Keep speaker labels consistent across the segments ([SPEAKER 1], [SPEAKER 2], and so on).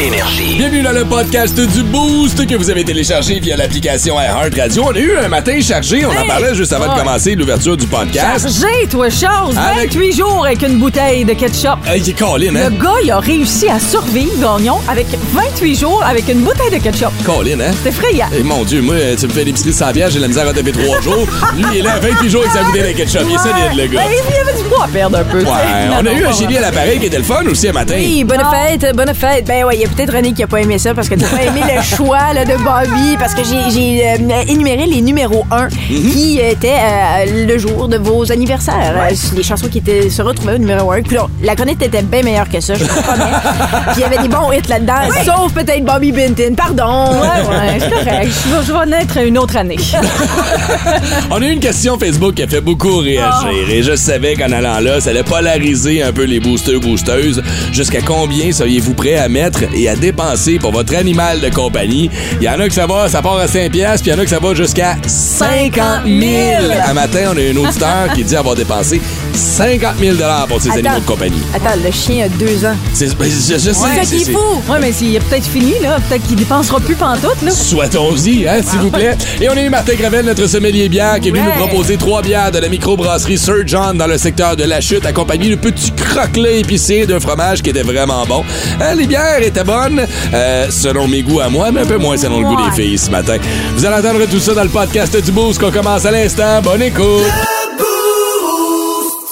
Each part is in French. [SPEAKER 1] Énergie.
[SPEAKER 2] Bienvenue dans le podcast du Boost que vous avez téléchargé via l'application iHeart Radio. On a eu un matin chargé, on en
[SPEAKER 3] Hey!
[SPEAKER 2] parlait juste avant de
[SPEAKER 3] Ouais.
[SPEAKER 2] commencer l'ouverture du podcast.
[SPEAKER 3] Chargé, toi, Charles!
[SPEAKER 2] Avec-
[SPEAKER 3] 28 jours avec une bouteille de ketchup.
[SPEAKER 2] Hey, il est Colin,
[SPEAKER 3] Le
[SPEAKER 2] hein?
[SPEAKER 3] gars, il a réussi à survivre, Gagnon, avec 28 jours avec une bouteille de ketchup.
[SPEAKER 2] Colin, hein?
[SPEAKER 3] C'est effrayant.
[SPEAKER 2] Eh, mon Dieu, moi, tu me fais l'épicerie sans bière, j'ai la misère à taper trois jours. Lui, il est là à 28 jours avec sa bouteille de ketchup. Il est solide, le gars.
[SPEAKER 3] Ben, il y avait du poids à perdre un peu. tu sais.
[SPEAKER 2] Ouais,
[SPEAKER 3] Non,
[SPEAKER 2] on a
[SPEAKER 3] non,
[SPEAKER 2] eu un
[SPEAKER 3] pas
[SPEAKER 2] Chili
[SPEAKER 3] vraiment.
[SPEAKER 2] à l'appareil qui était le fun aussi un matin.
[SPEAKER 4] Oui, bonne fête, bonne fête. Ben ouais, il y a peut-être René qui a pas aimé ça parce que t'as pas aimé le choix là, de Bobby parce que j'ai- j'ai euh, énuméré les numéros 1
[SPEAKER 3] Mhm.
[SPEAKER 4] qui étaient euh, le jour de vos anniversaires. Euh, les chansons qui étaient, se retrouvaient au numéro 1. Puis là, la chronique était bien meilleure que ça, je vous promets. Puis il y avait des bons hits là-dedans, sauf peut-être Bobby Benton. Pardon.
[SPEAKER 3] Ouais, ouais, c'est correct. Je vais- Je vais naître à une autre année.
[SPEAKER 2] On a eu une question Facebook qui a fait beaucoup réagir et je savais qu'en allant là, ça allait polariser un peu les boosters boosteuses. Jusqu'à combien seriez-vous prêt à mettre et à dépenser pour votre animal de compagnie? Il y en a que ça va, ça part à 5 piastres, puis il y en a que ça va jusqu'à 50 000. Un matin, on a un auditeur qui dit avoir dépensé 50 000 pour ses animaux de compagnie.
[SPEAKER 4] Attends, le chien a deux ans.
[SPEAKER 2] C'est, ben, je, je sais,
[SPEAKER 4] C'est ça qui est fou.
[SPEAKER 3] Ouais, mais il a peut-être fini, là. Peut-être qu'il dépensera plus pantoute, là.
[SPEAKER 2] Souhaitons-y, hein, s'il vous plaît. Et on a eu Martin Gravel, notre sommelier bière, qui est venu
[SPEAKER 3] Ouais.
[SPEAKER 2] nous proposer trois bières de la microbrasserie Sir John dans le secteur de la chute, accompagnées de petits croquelets épicés d'un fromage qui était vraiment bon. Hein, les bières étaient bonnes, euh, selon mes goûts à moi, mais un peu moins selon le goût des filles ce matin. Vous allez entendre tout ça dans le podcast du Boost qu'on commence à l'instant. Bonne écoute!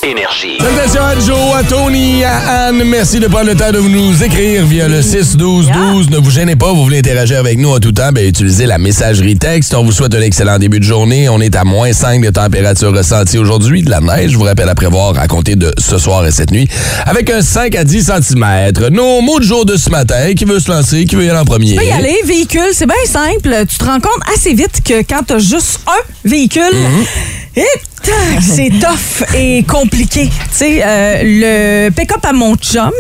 [SPEAKER 1] Énergie.
[SPEAKER 2] Salutations à Joe, à Tony, à Anne. Merci de prendre le temps de nous écrire via le 6-12-12. Ne vous gênez pas, vous voulez interagir avec nous à tout temps, bien, utilisez la messagerie texte. On vous souhaite un excellent début de journée. On est à moins 5 de température ressentie aujourd'hui. De la neige, je vous rappelle à prévoir à compter de ce soir et cette nuit, avec un 5 à 10 cm. Nos mots de jour de ce matin, qui veut se lancer, qui veut y aller en premier?
[SPEAKER 5] peux y aller, véhicule, c'est bien simple. Tu te rends compte assez vite que quand t'as juste un véhicule,
[SPEAKER 2] Mm-hmm.
[SPEAKER 5] et tac, c'est tough et compliqué. Tu sais, euh, le pick-up à mon chum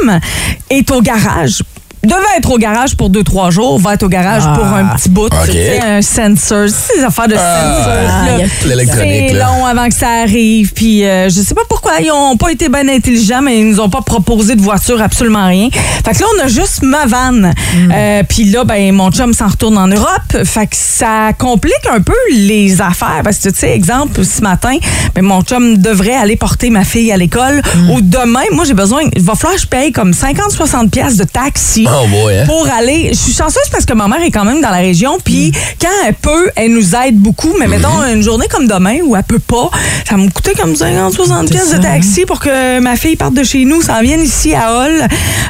[SPEAKER 5] est au garage. Devait être au garage pour deux, trois jours, va être au garage pour un petit bout.
[SPEAKER 2] Ah. OK.
[SPEAKER 5] Tu sais, un sensor, ces affaires de
[SPEAKER 2] Ah,
[SPEAKER 5] sensors, là.
[SPEAKER 2] l'électronique,
[SPEAKER 5] C'est
[SPEAKER 2] là.
[SPEAKER 5] long avant que ça arrive. Puis euh, je sais pas pourquoi ils ont pas été bien intelligents, mais ils nous ont pas proposé de voiture, absolument rien. Fait que là, on a juste ma vanne. Euh, puis là, ben mon chum s'en retourne en Europe. Fait que ça complique un peu les affaires. Parce que, tu sais, exemple, ce matin, ben, mon chum devrait aller porter ma fille à l'école. Ou demain, moi, j'ai besoin, il va falloir que je paye comme 50-60$ piastres de taxi
[SPEAKER 2] Oh boy, hein?
[SPEAKER 5] pour aller. Je suis chanceuse parce que ma mère est quand même dans la région,
[SPEAKER 2] Mm.
[SPEAKER 5] puis quand elle peut, elle nous aide beaucoup.
[SPEAKER 2] Mm-hmm.
[SPEAKER 5] Mais mettons une journée comme demain où elle peut pas, ça me coûtait comme 50, 60 pièces
[SPEAKER 2] hein.
[SPEAKER 5] de taxi pour que ma fille parte de chez nous, s'en vienne ici à Hall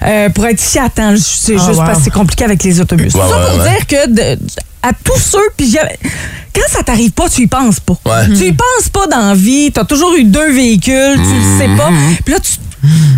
[SPEAKER 5] euh, pour être ici à temps. Je- C'est juste parce que c'est compliqué avec les autobus.
[SPEAKER 2] Ah, Ouais,
[SPEAKER 5] Tout ça
[SPEAKER 2] ouais,
[SPEAKER 5] pour
[SPEAKER 2] ouais.
[SPEAKER 5] dire que de- à tous ceux, puis j'ai- quand ça t'arrive pas, tu y penses pas.
[SPEAKER 2] Ouais.
[SPEAKER 5] Tu y penses pas dans la vie. T'as toujours eu deux véhicules, tu le sais pas.
[SPEAKER 2] Mhm.
[SPEAKER 5] Puis là, tu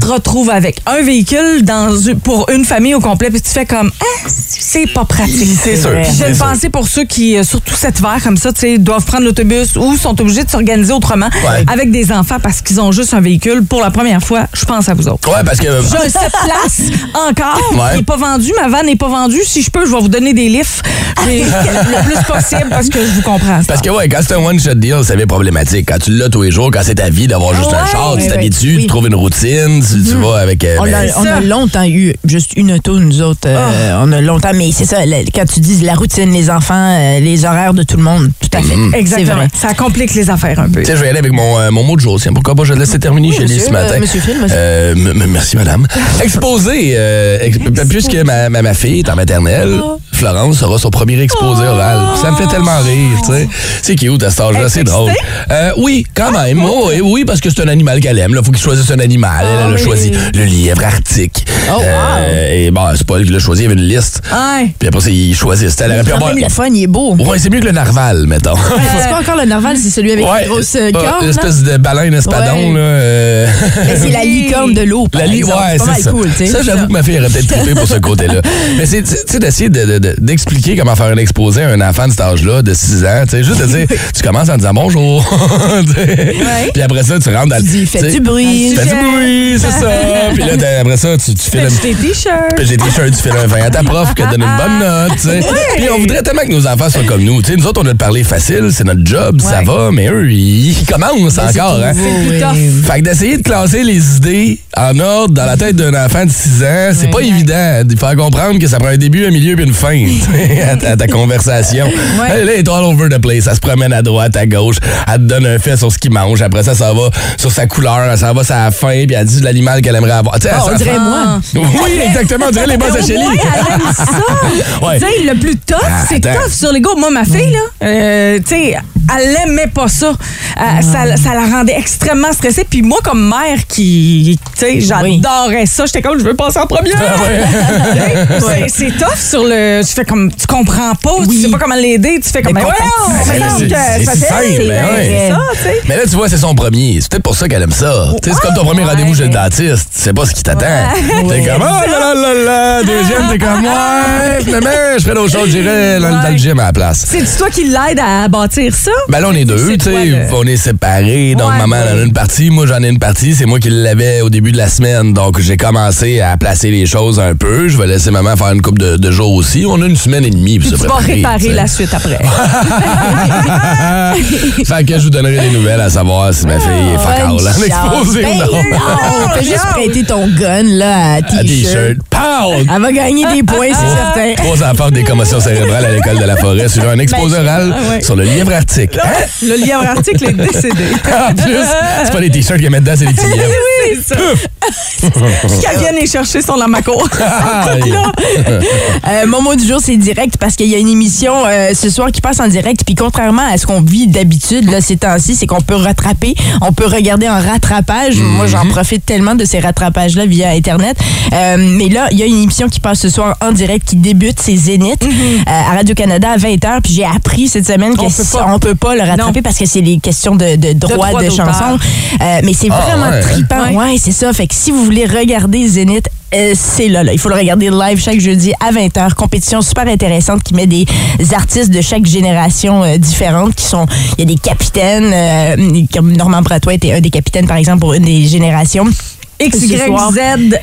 [SPEAKER 5] te retrouves avec un véhicule dans, une- pour une famille au complet, puis tu fais comme, Ah, c'est pas pratique.
[SPEAKER 2] C'est sûr,
[SPEAKER 5] Puis
[SPEAKER 2] c'est
[SPEAKER 5] J'ai une
[SPEAKER 2] sûr.
[SPEAKER 5] pensée pour ceux qui, euh, surtout cet hiver, comme ça, tu sais, doivent prendre l'autobus ou sont obligés de s'organiser autrement
[SPEAKER 2] Ouais.
[SPEAKER 5] avec des enfants parce qu'ils ont juste un véhicule pour la première fois. Je pense à vous autres.
[SPEAKER 2] Ouais, parce que.
[SPEAKER 5] J'ai un sept places encore.
[SPEAKER 2] Ouais.
[SPEAKER 5] Il n'est pas vendu. Ma vanne n'est pas vendue. Si je peux, je vais vous donner des lifts mais le plus possible parce que je vous comprends.
[SPEAKER 2] Parce que, ouais, quand c'est un one-shot deal, ça devient problématique. Quand tu l'as tous les jours, quand c'est ta vie d'avoir juste un
[SPEAKER 5] Ouais,
[SPEAKER 2] char, tu
[SPEAKER 4] ouais,
[SPEAKER 2] t'habitues,
[SPEAKER 4] ouais.
[SPEAKER 2] tu trouves une routine, tu, tu vas avec. euh,
[SPEAKER 4] On,
[SPEAKER 2] ben,
[SPEAKER 4] a, on a longtemps eu juste une auto, nous autres.
[SPEAKER 2] Ah.
[SPEAKER 4] euh, On a longtemps, mais c'est ça, la- quand tu dis la routine, les enfants, euh, les horaires de tout le monde, tout à fait.
[SPEAKER 2] Mhm.
[SPEAKER 4] C'est
[SPEAKER 5] Exactement.
[SPEAKER 4] vrai.
[SPEAKER 5] Ça complique les affaires un peu.
[SPEAKER 2] Tu sais, je vais aller avec mon, euh, mon mot de jour. Tiens, pourquoi pas, je vais laisser terminer chez lui
[SPEAKER 4] monsieur,
[SPEAKER 2] ce matin.
[SPEAKER 4] euh, monsieur Phil, monsieur.
[SPEAKER 2] Euh, m- m- merci, madame. Exposé. euh, ex- Puisque ma, ma, ma fille est en maternelle,
[SPEAKER 4] Oh.
[SPEAKER 2] Florence aura son premier exposé oral. Ça me fait tellement rire, tu sais. C'est cute à cet âge-là, c'est drôle. Euh, oui, quand
[SPEAKER 4] Ah,
[SPEAKER 2] même. Oh, oui, oui, parce que c'est un animal qu'elle aime. Il faut qu'il choisisse un animal.
[SPEAKER 4] Ah,
[SPEAKER 2] elle, elle a choisi le lièvre arctique.
[SPEAKER 4] Oh,
[SPEAKER 2] Euh, et bon, c'est pas lui qui l'a choisi, il y avait une liste.
[SPEAKER 5] Ouais.
[SPEAKER 2] Puis après, ça, il choisissent. Elle aurait
[SPEAKER 4] Ah,
[SPEAKER 2] pu
[SPEAKER 4] Quand
[SPEAKER 2] avoir...
[SPEAKER 4] même, le fun, il est beau.
[SPEAKER 2] Ouais, c'est mieux que le narval, mettons.
[SPEAKER 4] C'est pas encore le normal, c'est celui avec
[SPEAKER 2] Ouais,
[SPEAKER 4] la grosse
[SPEAKER 2] euh,
[SPEAKER 4] corne. là.
[SPEAKER 2] L'espèce de baleine espadon,
[SPEAKER 4] Ouais.
[SPEAKER 2] là. euh,
[SPEAKER 4] Mais Ben, c'est la licorne de l'eau. par
[SPEAKER 2] La li-
[SPEAKER 4] exemple.
[SPEAKER 2] ouais,
[SPEAKER 4] pas
[SPEAKER 2] c'est
[SPEAKER 4] mal
[SPEAKER 2] ça.
[SPEAKER 4] cool, tu sais.
[SPEAKER 2] ça, j'avoue que ma fille aurait peut-être trippé pour ce côté-là. Mais c'est, tu sais, d'essayer de- de- de- d'expliquer comment faire un exposé à un enfant de cet âge-là, de 6 ans, tu sais, juste de dire, tu commences en disant bonjour. tu sais. Puis après ça, tu rentres dans le.
[SPEAKER 4] Tu dis, fais
[SPEAKER 2] tu sais,
[SPEAKER 4] du bruit.
[SPEAKER 2] Fais du bruit, oui, c'est ça. Puis là, t'as- après ça, tu, tu files un-
[SPEAKER 5] Des t-shirts.
[SPEAKER 2] j'ai des shirts, tu fais un 20 à ta prof, qui te donne une bonne note. tu sais. Puis on voudrait tellement que nos enfants soient comme nous. Tu sais, nous autres, on a le parler facile, c'est notre job, ça va, mais eux, ils, ils commencent encore. hein.
[SPEAKER 5] plus tough.
[SPEAKER 2] Fait que d'essayer de classer les idées en ordre dans la tête d'un enfant de 6 ans, c'est pas évident. Il faut comprendre que ça prend un début, un milieu puis une fin tu sais, à, ta- à ta conversation. Là, il est all over the place. Ça se promène à droite, à gauche. Elle te donne un fait sur ce qu'il mange. Après ça, ça va sur sa couleur. Ça va sur la faim. Puis elle dit l'animal qu'elle aimerait avoir. Tu sais, elle
[SPEAKER 5] Ah, on
[SPEAKER 2] s'en-
[SPEAKER 5] dirait moi.
[SPEAKER 2] Oui, exactement. On dirait les boss à
[SPEAKER 5] Au
[SPEAKER 2] Shelly.
[SPEAKER 5] moins, elle aime ça.
[SPEAKER 2] Ouais.
[SPEAKER 5] Tu sais, le plus tough,
[SPEAKER 2] Ah,
[SPEAKER 5] c'est
[SPEAKER 2] attends. Mm.
[SPEAKER 5] tough sur les gars. Moi, ma fille, là, euh, tu sais, elle aimait pas ça. Euh,
[SPEAKER 2] Mm.
[SPEAKER 5] ça. ça la rendait extrêmement stressée. Puis moi, comme mère qui, tu sais, j'adorais ça. J'étais comme, je veux passer en première.
[SPEAKER 2] Ah,
[SPEAKER 5] C'est- C'est tough sur le. Tu fais comme, tu comprends pas. Tu sais pas comment l'aider. Tu fais comme, ben, ouais, on
[SPEAKER 2] Mais
[SPEAKER 5] me
[SPEAKER 2] là,
[SPEAKER 5] semble
[SPEAKER 2] c'est-
[SPEAKER 5] que
[SPEAKER 2] c'est
[SPEAKER 5] ça fait-
[SPEAKER 2] simple,
[SPEAKER 5] c'est-
[SPEAKER 2] mais ouais.
[SPEAKER 5] c'est ça, tu sais. Ah,
[SPEAKER 2] Mais là, tu vois, c'est son premier. C'est peut-être pour ça qu'elle aime ça. Tu sais, c'est comme ton premier rendez-vous chez le dentiste. Tu sais pas ce qui t'attend. T'es comme, oh là là là là. Deuxième, t'es comme, ouais, finalement, je ferais d'autres choses. J'irais dans, dans le gym à la place.
[SPEAKER 5] C'est-tu toi qui l'aide à bâtir ça?
[SPEAKER 2] Ben là, on est deux,
[SPEAKER 5] C'est
[SPEAKER 2] tu sais.
[SPEAKER 5] toi,
[SPEAKER 2] On est séparés. Donc,
[SPEAKER 5] Ouais,
[SPEAKER 2] maman
[SPEAKER 5] ouais.
[SPEAKER 2] elle en a une partie, moi, j'en ai une partie. C'est moi qui l'avais au début de la semaine. Donc, j'ai commencé à placer les choses un peu. Je vais laisser maman faire une coupe de, de jours aussi. On a une semaine et demie pour
[SPEAKER 5] Puis
[SPEAKER 2] se
[SPEAKER 5] tu vas
[SPEAKER 2] préparer. tu
[SPEAKER 5] réparer
[SPEAKER 2] sais.
[SPEAKER 5] la suite après.
[SPEAKER 2] fait que je vous donnerai des nouvelles à savoir si ma fille est fuck all en exposé ou Oh, Ben non.
[SPEAKER 4] on peut juste prêter ton gun là, à
[SPEAKER 2] À
[SPEAKER 4] T-shirt.
[SPEAKER 2] t-shirt. Pow!
[SPEAKER 4] Elle va gagner des points,
[SPEAKER 2] ah,
[SPEAKER 4] c'est certain.
[SPEAKER 2] Trois enfants ont des commotions cérébrales à l'école de la forêt sur un exposé oral sur le lièvre arctique. Hein?
[SPEAKER 5] Le lièvre article est décédé.
[SPEAKER 2] En plus, c'est pas les t-shirts qu'il y a dedans, c'est les petits lièvres.
[SPEAKER 5] Oui, c'est ça. Puis qu'elle vienne les chercher son lamaco.
[SPEAKER 2] Aïe.
[SPEAKER 4] Euh, mon mot du jour, c'est direct parce qu'il y a une émission euh, ce soir qui passe en direct. Puis contrairement à ce qu'on vit d'habitude là, ces temps-ci, c'est qu'on peut rattraper, on peut regarder en rattrapage.
[SPEAKER 5] Mhm.
[SPEAKER 4] Moi, j'en profite tellement de ces rattrapages-là via Internet. Euh, mais là, il y a une émission qui passe ce soir en direct qui débute, c'est Zénith euh, à Radio-Canada à 20h. Puis j'ai appris cette semaine qu'on
[SPEAKER 5] Mhm. On peut pas.
[SPEAKER 4] ne peut pas le rattraper parce que c'est les questions de, de droit
[SPEAKER 5] droit
[SPEAKER 4] de,
[SPEAKER 5] d'auteur.
[SPEAKER 4] chansons. Euh, mais c'est
[SPEAKER 2] Ah,
[SPEAKER 4] vraiment
[SPEAKER 2] ouais.
[SPEAKER 4] trippant.
[SPEAKER 5] Ouais.
[SPEAKER 4] Ouais, c'est ça. Fait que si vous voulez regarder Zénith, euh, c'est là, là. Il faut le regarder live chaque jeudi à 20h. Compétition super intéressante qui met des artistes de chaque génération euh, différente qui sont. Il y a des capitaines, euh, comme Normand Bratois était un des capitaines, par exemple, pour une des générations.
[SPEAKER 5] X,
[SPEAKER 4] Ce
[SPEAKER 5] Y,
[SPEAKER 4] soir.
[SPEAKER 5] Z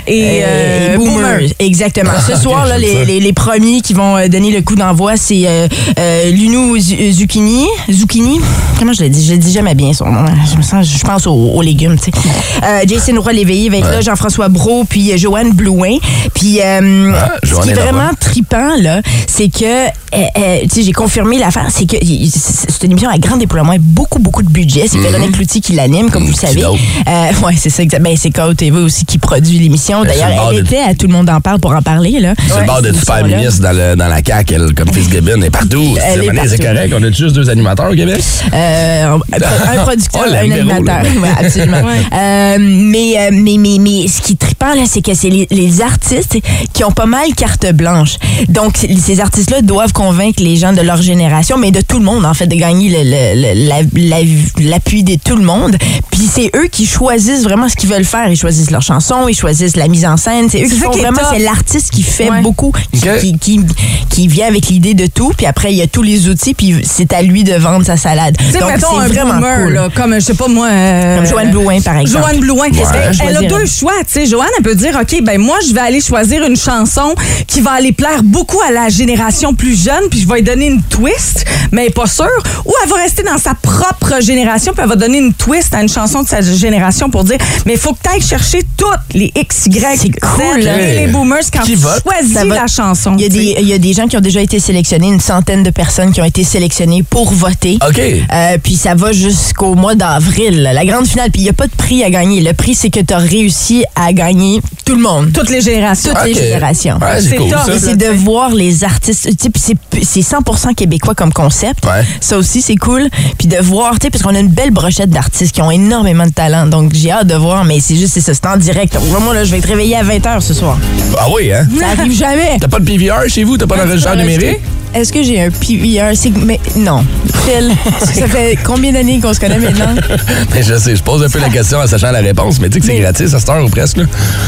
[SPEAKER 5] et,
[SPEAKER 4] Euh,
[SPEAKER 5] euh, Boomer.
[SPEAKER 4] Exactement. Ce soir, là,
[SPEAKER 2] j'aime ça.
[SPEAKER 4] les, les- les premiers qui vont euh, donner le coup d'envoi, c'est euh, euh, Lunou Zu- Zucchini. Zucchini. Comment je l'ai dit? Je le dis jamais bien son nom. hein. Je me sens, je pense aux, aux légumes, tu sais. Euh, Jason Roy Léveillé va être là, Jean-François Brault, puis euh, Joanne Blouin. Puis euh,
[SPEAKER 2] Ah,
[SPEAKER 4] ce
[SPEAKER 2] Joanne
[SPEAKER 4] qui est
[SPEAKER 2] est là-bas.
[SPEAKER 4] vraiment trippant, là, c'est que, euh, euh, tu sais, j'ai confirmé l'affaire, c'est que y- y- c'est c'est une émission à grand déploiement, beaucoup, beaucoup de budget.
[SPEAKER 2] Mm-hmm.
[SPEAKER 4] C'est Véronique Cloutier qui l'anime, comme vous le
[SPEAKER 2] qui
[SPEAKER 4] savez.
[SPEAKER 2] d'autre?
[SPEAKER 4] Euh, ouais, c'est ça, exact. Ben, c'est Code TV aussi qui produit l'émission.
[SPEAKER 2] Ben, sur le
[SPEAKER 4] D'ailleurs,
[SPEAKER 2] bord
[SPEAKER 4] elle
[SPEAKER 2] de-
[SPEAKER 4] était à Tout le monde en parle pour en parler. Là.
[SPEAKER 2] C'est le bord de
[SPEAKER 4] Ils
[SPEAKER 2] super
[SPEAKER 4] sont là.
[SPEAKER 2] ministre dans, le- dans la CAQ, elle, comme Fitzgibbon, est partout.
[SPEAKER 4] Elle
[SPEAKER 2] C'est
[SPEAKER 4] est
[SPEAKER 2] mané, C'est
[SPEAKER 4] partout.
[SPEAKER 2] correct, on a juste deux animateurs au Québec.
[SPEAKER 4] Euh, un producteur,
[SPEAKER 2] Oh, la
[SPEAKER 4] un
[SPEAKER 2] libéraux,
[SPEAKER 4] animateur.
[SPEAKER 2] là.
[SPEAKER 4] Ouais, absolument. Euh, mais, euh, mais, mais, mais ce qui est trippant, là, c'est que c'est les, les artistes qui ont pas mal carte blanche. Donc, c- ces artistes-là doivent convaincre les gens de leur génération, mais de tout le monde, en fait, de gagner le- le- le- la- la- l'appui de tout le monde. Puis c'est eux qui choisissent vraiment ce qu'ils veulent faire. Ils choisissent leurs chansons, ils choisissent la mise en scène. C'est eux
[SPEAKER 5] C'est
[SPEAKER 4] qui
[SPEAKER 5] ça
[SPEAKER 4] font
[SPEAKER 5] qui est
[SPEAKER 4] vraiment,
[SPEAKER 5] tough.
[SPEAKER 4] c'est l'artiste qui fait
[SPEAKER 5] Ouais.
[SPEAKER 4] beaucoup, qui,
[SPEAKER 2] Ok.
[SPEAKER 4] qui- qui- qui vient avec l'idée de tout. Puis après, il y a tous les outils, puis c'est à lui de vendre sa salade.
[SPEAKER 5] Tu sais,
[SPEAKER 4] Donc,
[SPEAKER 5] mettons
[SPEAKER 4] c'est
[SPEAKER 5] un
[SPEAKER 4] vraiment
[SPEAKER 5] boomer,
[SPEAKER 4] cool.
[SPEAKER 5] là, comme, je sais pas moi... euh,
[SPEAKER 4] Comme Joanne Blouin, par exemple.
[SPEAKER 5] Joanne Blouin.
[SPEAKER 4] qu'elle
[SPEAKER 5] Elle a
[SPEAKER 4] choisirait?
[SPEAKER 5] deux choix, tu sais. Joanne, elle peut dire, OK, ben moi, je vais aller choisir une chanson qui va aller plaire beaucoup à la génération plus jeune, puis je vais lui donner une twist, mais elle est pas sûre. Ou elle va rester dans sa propre génération, puis elle va donner une twist à une chanson de sa génération pour dire, mais il faut que tu ailles chercher toutes les X, Y, Z,
[SPEAKER 4] cool,
[SPEAKER 2] hein?
[SPEAKER 5] et les boomers quand
[SPEAKER 2] Qui
[SPEAKER 5] tu
[SPEAKER 2] vote?
[SPEAKER 5] choisis
[SPEAKER 4] Ça vote.
[SPEAKER 5] la chanson.
[SPEAKER 4] Il y, a
[SPEAKER 5] tu sais.
[SPEAKER 4] des, il y a des gens qui ont déjà été sélectionnés, une centaine de personnes qui ont été sélectionnées pour voter.
[SPEAKER 2] OK.
[SPEAKER 4] Euh, puis ça va jusqu'au mois d'avril, la grande finale. Puis il n'y a pas de prix à gagner. Le prix, c'est que tu as réussi à gagner tout le monde.
[SPEAKER 5] Toutes les générations.
[SPEAKER 4] Toutes les
[SPEAKER 2] Ok.
[SPEAKER 4] générations.
[SPEAKER 2] Ouais, c'est
[SPEAKER 5] C'est
[SPEAKER 2] cool,
[SPEAKER 5] top.
[SPEAKER 2] ça.
[SPEAKER 4] Et c'est de voir les artistes. Tu sais, puis c'est- c'est 100% québécois comme concept.
[SPEAKER 2] Ouais.
[SPEAKER 4] Ça aussi, c'est cool. Puis de voir, tu sais, parce qu'on a une belle brochette d'artistes qui ont énormément de talent. Donc j'ai hâte de voir, mais c'est juste, c'est ça, c'est en direct. Donc, Vraiment, là, je vais te réveiller à 20h ce soir.
[SPEAKER 2] Ah oui, hein?
[SPEAKER 4] Ça arrive jamais.
[SPEAKER 2] T'as pas de PVR chez vous? T'as pas d'enregistreur numérique?
[SPEAKER 4] Est-ce que j'ai un PVR? C'est- Mais non. Phil, ça fait combien d'années qu'on se connaît maintenant?
[SPEAKER 2] Ben, je sais, je pose un peu la question en sachant la réponse, mais tu sais que c'est gratis à cette heure ou presque, là?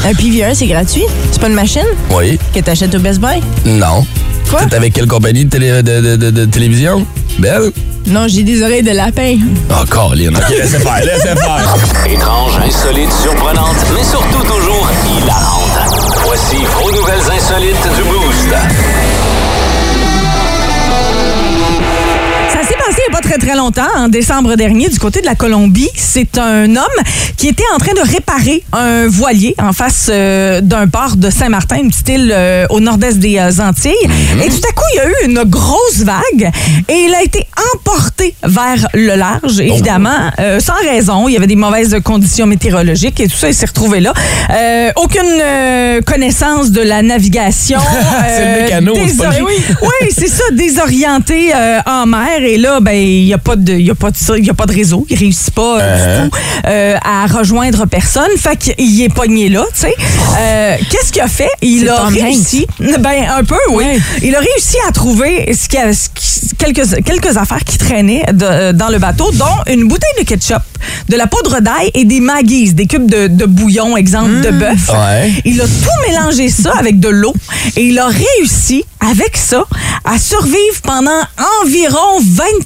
[SPEAKER 4] Un PVR, c'est gratuit? C'est pas une machine
[SPEAKER 2] Oui.
[SPEAKER 4] que t'achètes au Best Buy?
[SPEAKER 2] Non.
[SPEAKER 4] Quoi?
[SPEAKER 2] T'es avec quelle compagnie de, télé- de- de- de- de télévision? Belle?
[SPEAKER 4] Non, j'ai des oreilles de lapin.
[SPEAKER 6] Oh, Colin, ok, laissez faire, laissez faire.
[SPEAKER 1] Étrange, insolite, surprenante, mais surtout toujours hilarante. Voici vos nouvelles insolites du Boost.
[SPEAKER 5] Ça s'est passé il n'y a pas très très longtemps, en décembre dernier, du côté de la Colombie. C'est un homme qui était en train de réparer un voilier en face euh, d'un port de Saint-Martin, une petite île euh, au nord-est des euh, Antilles.
[SPEAKER 6] Mhm.
[SPEAKER 5] Et tout à coup, il y a eu une grosse vague et il a été emporté vers le large, évidemment,
[SPEAKER 6] Oh.
[SPEAKER 5] euh, sans raison. Il y avait des mauvaises conditions météorologiques et tout ça, il s'est retrouvé là. Euh, aucune euh, connaissance de la navigation.
[SPEAKER 6] C'est le
[SPEAKER 5] euh,
[SPEAKER 6] mécano, c'est pas
[SPEAKER 5] désori-
[SPEAKER 6] lui.
[SPEAKER 5] oui, c'est ça, désorienté euh, en mer. Et là, ben, il n'y a pas de, il y a pas de ça, il y a pas de réseau. Il réussit pas euh, du tout euh, à rejoindre personne. Fait qu'il est pogné là, tu sais. Euh, Qu'est-ce qu'il a fait Il
[SPEAKER 4] C'est
[SPEAKER 5] a
[SPEAKER 4] Tom Hanks.
[SPEAKER 5] réussi, ben un peu, oui. Il a réussi à trouver ce qu'il y a- ce qui- quelques quelques affaires qui traînaient de- euh, dans le bateau, dont une bouteille de ketchup, de la poudre d'ail et des maggies, des cubes de, de bouillon, exemple de bœuf.
[SPEAKER 6] Ouais.
[SPEAKER 5] Il a tout mélangé ça avec de l'eau et il a réussi, avec ça, à survivre pendant environ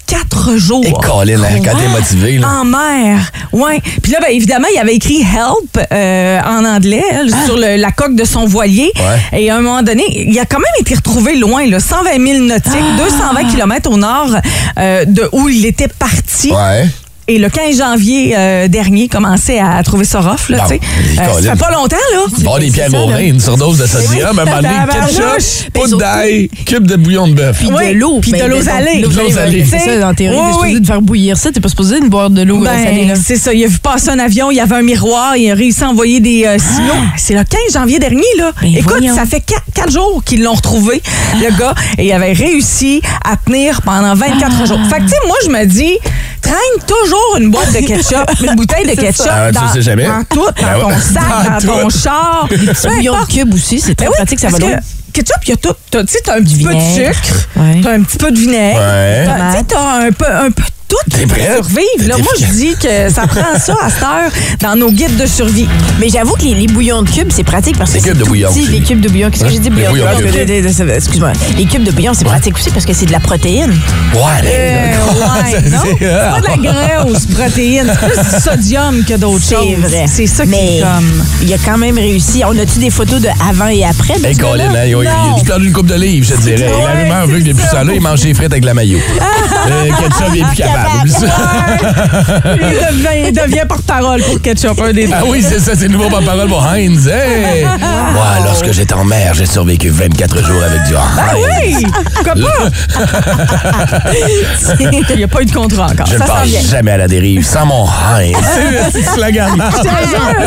[SPEAKER 5] 24 jours.
[SPEAKER 6] Et Colin, hein, quand t'es motivé, là.
[SPEAKER 5] En mer, ouais. Puis là, ben, évidemment, il avait écrit help euh, en anglais hein, sur le- la coque de son voilier.
[SPEAKER 6] Ah. Ouais.
[SPEAKER 5] Et à un moment donné, il a quand même été retrouvé loin, là, 120 000 nautiques,
[SPEAKER 6] Ah.
[SPEAKER 5] 220 km au nord euh, de où il était parti.
[SPEAKER 6] Ouais.
[SPEAKER 5] Et le 15 janvier euh, dernier, commençait à trouver ça rough, là,
[SPEAKER 6] Bon,
[SPEAKER 5] tu sais. Euh,
[SPEAKER 6] il est
[SPEAKER 5] ça
[SPEAKER 6] colline.
[SPEAKER 5] fait pas longtemps, là.
[SPEAKER 6] Ben Bon, des pierres au rein, une surdose de sodium, un moment donné, ketchup,
[SPEAKER 5] Tabarnouche.
[SPEAKER 6] poudre d'ail, cube de bouillon de bœuf.
[SPEAKER 4] Puis
[SPEAKER 5] Oui,
[SPEAKER 4] de l'eau.
[SPEAKER 5] puis de l'eau salée.
[SPEAKER 4] De
[SPEAKER 6] De l'eau
[SPEAKER 4] l'eau
[SPEAKER 6] salée.
[SPEAKER 4] salée. C'est ça, en théorie.
[SPEAKER 5] Oui,
[SPEAKER 4] T'es supposé
[SPEAKER 5] oui.
[SPEAKER 4] de faire bouillir ça. T'es pas supposé de boire de l'eau euh, salée. là.
[SPEAKER 5] Ben, c'est ça. Il a vu passer un avion, il y avait un miroir, il a réussi à envoyer des euh, signaux. C'est le 15 janvier dernier, là.
[SPEAKER 4] Ah! Ben,
[SPEAKER 5] Écoute,
[SPEAKER 4] voyons.
[SPEAKER 5] ça fait 4, jours qu'ils l'ont retrouvé, le gars, et il avait réussi à tenir pendant 24
[SPEAKER 4] Ah!
[SPEAKER 5] jours. Fait que, tu sais, moi, je me dis, traîne toujours une boîte de ketchup, une bouteille de ketchup
[SPEAKER 6] Ah ouais, tu
[SPEAKER 5] dans,
[SPEAKER 6] sais jamais.
[SPEAKER 5] dans tout,
[SPEAKER 6] Ah ouais.
[SPEAKER 5] dans ton sac,
[SPEAKER 6] Dans
[SPEAKER 5] dans, ton
[SPEAKER 6] tout.
[SPEAKER 5] char. Peu
[SPEAKER 4] Bouillon de
[SPEAKER 5] importe.
[SPEAKER 4] cube aussi, c'est très
[SPEAKER 5] Ben oui,
[SPEAKER 4] pratique, ça va
[SPEAKER 5] parce
[SPEAKER 4] loin.
[SPEAKER 5] que Ketchup, il y a tout. T'as- Tu sais, t'as un petit peu de
[SPEAKER 4] Vinaigre.
[SPEAKER 5] sucre,
[SPEAKER 4] Ouais.
[SPEAKER 5] t'as un petit peu de vinaigre,
[SPEAKER 6] Ouais.
[SPEAKER 5] t'as- tu sais, t'as un peu, un peu de tout
[SPEAKER 6] T'es
[SPEAKER 5] pour
[SPEAKER 6] prête?
[SPEAKER 5] survivre. Là,
[SPEAKER 6] T'es
[SPEAKER 5] moi, je dis que ça prend ça à cette heure dans nos guides de survie.
[SPEAKER 7] Mais j'avoue que les, les bouillons de cubes, c'est pratique parce que
[SPEAKER 6] Les
[SPEAKER 7] c'est
[SPEAKER 6] cubes de
[SPEAKER 7] tout
[SPEAKER 6] bouillon,
[SPEAKER 7] petit,
[SPEAKER 6] tu
[SPEAKER 7] les
[SPEAKER 6] dis.
[SPEAKER 7] cubes de bouillon. Qu'est-ce que
[SPEAKER 6] Hein?
[SPEAKER 7] j'ai dit? Bouillon
[SPEAKER 6] Les
[SPEAKER 7] de
[SPEAKER 6] bouillons de
[SPEAKER 7] cubes. Excuse-moi. Les cubes de bouillon, c'est pratique aussi parce que c'est de la protéine.
[SPEAKER 6] Ouais.
[SPEAKER 5] Euh, ouais, non?
[SPEAKER 6] c'est-
[SPEAKER 5] C'est pas de la grosse protéine, c'est plus du sodium que d'autres
[SPEAKER 7] C'est
[SPEAKER 5] choses.
[SPEAKER 7] vrai.
[SPEAKER 5] C'est ça qui
[SPEAKER 7] Mais
[SPEAKER 5] est comme.
[SPEAKER 7] il a quand même réussi. On a-tu des photos de avant et après? de
[SPEAKER 6] Hey,
[SPEAKER 7] ce
[SPEAKER 6] Colin,
[SPEAKER 7] gars-là?
[SPEAKER 6] hein, il a- il a
[SPEAKER 7] Non.
[SPEAKER 6] dû perdre une coupe de livres, je te dirais.
[SPEAKER 5] Ouais,
[SPEAKER 6] la rumeur veut que
[SPEAKER 5] c'est
[SPEAKER 6] depuis
[SPEAKER 5] ça.
[SPEAKER 6] ça, là, il mange ses frites avec la maillot. euh, ketchup, il est plus capable. Oublie ça.
[SPEAKER 5] Il devient, il devient porte-parole pour ketchup, un des deux.
[SPEAKER 6] Ah oui, c'est ça, c'est le nouveau porte-parole pour Heinz. Hey! Moi, lorsque j'étais en mer, j'ai survécu 24 jours avec du Heinz.
[SPEAKER 5] Oui! Pourquoi pas? Il n'y a pas eu de contrat encore.
[SPEAKER 6] Je ne
[SPEAKER 5] ça s'en
[SPEAKER 6] pars
[SPEAKER 5] vient.
[SPEAKER 6] jamais à la dérive sans mon Heinz. c'est le slogan.
[SPEAKER 5] Ah,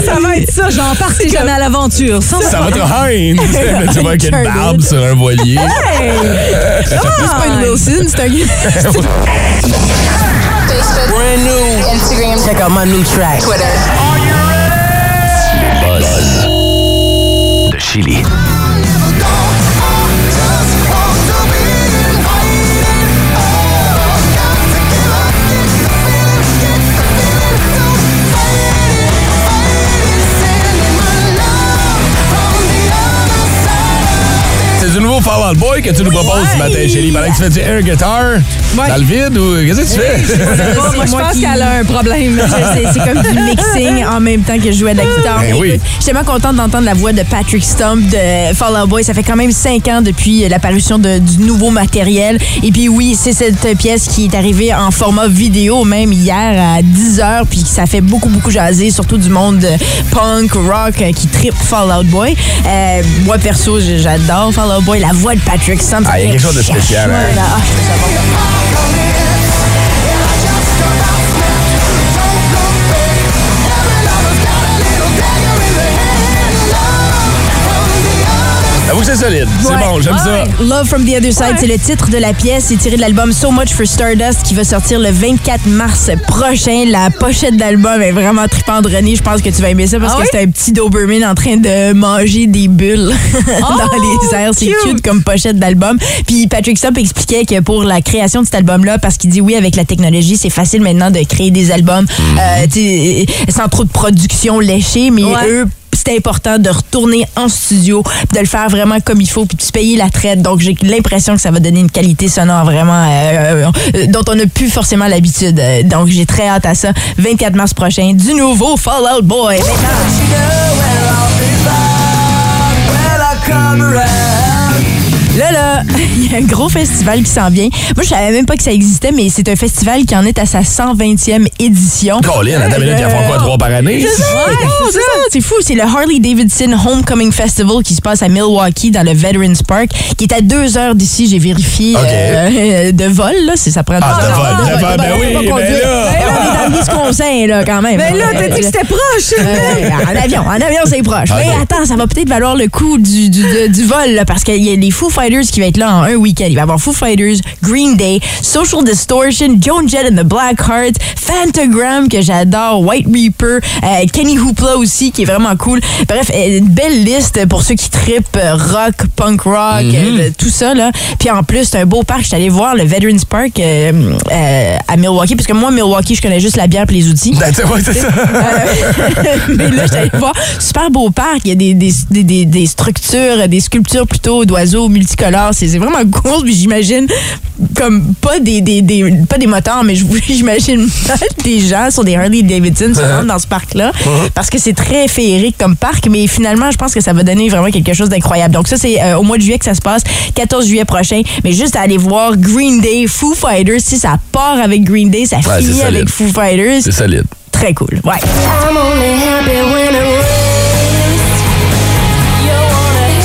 [SPEAKER 5] Ça va être ça, j'en partais jamais à l'aventure. Sans
[SPEAKER 6] Ça va être Heinz. Mais tu vois qu'il y a une barbe sur un voilier.
[SPEAKER 4] C'est pas une Wilson, c'est un
[SPEAKER 7] Check out my new track.
[SPEAKER 1] De Chili.
[SPEAKER 6] C'est du nouveau Fall Out Boy que tu nous proposes ce matin, chérie. Pendant que tu fais du air guitar dans le vide ou qu'est-ce que tu fais?
[SPEAKER 4] Moi,
[SPEAKER 5] Moi, je pense qu'elle a un problème.
[SPEAKER 4] C'est c'est comme du mixing en même temps que je jouais de la guitare.
[SPEAKER 6] Ben oui.
[SPEAKER 4] Écoute, Je suis tellement contente d'entendre la voix de Patrick Stump de Fall Out Boy. Ça fait quand même cinq ans depuis l'apparition de- du nouveau matériel. Et puis oui, c'est cette pièce qui est arrivée en format vidéo même hier à 10 h Puis ça fait beaucoup, beaucoup jaser, surtout du monde euh, punk, rock euh, qui tripe Fall Out Boy. Euh, moi, perso, j- j'adore Fall Out Boy. La voix de Patrick Stump.
[SPEAKER 6] Ah, il y a quelque chose de spécial, hein.
[SPEAKER 4] Voilà. Ah, je trouve ça bon.
[SPEAKER 6] J'avoue que c'est solide. C'est
[SPEAKER 4] Ouais.
[SPEAKER 6] bon, j'aime ça.
[SPEAKER 4] Ouais. Love from the Other Side, c'est le titre de la pièce. C'est tiré de l'album So Much for Stardust qui va sortir le 24 mars prochain. La pochette d'album est vraiment trippante. René, je pense que tu vas aimer ça parce
[SPEAKER 5] Ah
[SPEAKER 4] que
[SPEAKER 5] oui?
[SPEAKER 4] c'est un petit Doberman en train de manger des bulles dans les airs. C'est
[SPEAKER 5] cute.
[SPEAKER 4] cute cute comme pochette d'album. Puis Patrick Stump expliquait que pour la création de cet album-là, parce qu'il dit oui, avec la technologie, c'est facile maintenant de créer des albums euh, tu sais, sans trop de production léchée, mais
[SPEAKER 5] Ouais.
[SPEAKER 4] eux c'était important de retourner en studio, puis de le faire vraiment comme il faut, puis de se payer la traite. Donc, j'ai l'impression que ça va donner une qualité sonore vraiment euh, euh, euh, dont on n'a plus forcément l'habitude. Euh, Donc, j'ai très hâte à ça. 24 mars prochain, du nouveau Fallout Boy. Maintenant. Là, là, il y a un gros festival qui s'en vient. Moi, je savais même pas que ça existait, mais c'est un festival qui en est à sa 120e édition.
[SPEAKER 2] Colin, attends, mais là, ils en font quoi, trois par année?
[SPEAKER 4] C'est ça, non, c'est ça. C'est fou. C'est le Harley Davidson Homecoming Festival qui se passe à Milwaukee dans le Veterans Park, qui est à deux heures d'ici. J'ai vérifié
[SPEAKER 2] OK.
[SPEAKER 4] euh, euh, de vol, là. c'est- Ça prend deux
[SPEAKER 2] Ah, de
[SPEAKER 4] heures.
[SPEAKER 2] vol, de vol, ben
[SPEAKER 4] de
[SPEAKER 2] oui,
[SPEAKER 4] vol,
[SPEAKER 2] ben
[SPEAKER 4] conduire.
[SPEAKER 2] là.
[SPEAKER 4] Ben là, on est dans le Wisconsin, là, quand même.
[SPEAKER 5] Mais Ben là, t'as dit que c'était proche.
[SPEAKER 4] Euh, en avion, en avion, c'est proche. Mais
[SPEAKER 2] Ok.
[SPEAKER 4] attends, ça va peut-être valoir le coup du, du, de- du vol, là, parce qu'il y a les Foo Fighters qui vont être là en un week-end. Il va y avoir Foo Fighters, Green Day, Social Distortion, Joan Jett and the Blackheart, Fantagram, que j'adore, White Reaper, euh, Kenny Hoopla aussi, qui est vraiment cool. Bref, euh, une belle liste pour ceux qui trippent euh, rock, punk rock, euh, le- tout ça, là. Puis en plus, c'est un beau parc. Je suis allée voir le Veterans Park euh, euh, à Milwaukee, parce que moi, Milwaukee, je connais juste la bière et les outils.
[SPEAKER 2] Ben, tu sais, ouais, c'est ça.
[SPEAKER 4] mais là, j'allais voir. Super beau parc. Il y a des, des, des- des- des structures, des sculptures plutôt d'oiseaux multicolores. C'est c'est vraiment cool. Puis j'imagine comme pas des, des- des- pas des motards, mais je- j'imagine mal des gens sur des Harley Davidson
[SPEAKER 2] Uh-huh.
[SPEAKER 4] se rendent dans ce parc-là. Parce que c'est très féerique comme parc. Mais finalement, je pense que ça va donner vraiment quelque chose d'incroyable. Donc ça, c'est euh, au mois de juillet que ça se passe. 14 juillet prochain. Mais juste à aller voir Green Day, Foo Fighters. Si ça part avec Green Day, ça
[SPEAKER 2] Ouais,
[SPEAKER 4] finit
[SPEAKER 2] c'est
[SPEAKER 4] avec
[SPEAKER 2] solide.
[SPEAKER 4] Foo Fighters.
[SPEAKER 2] C'est solide.
[SPEAKER 4] Très cool. Ouais.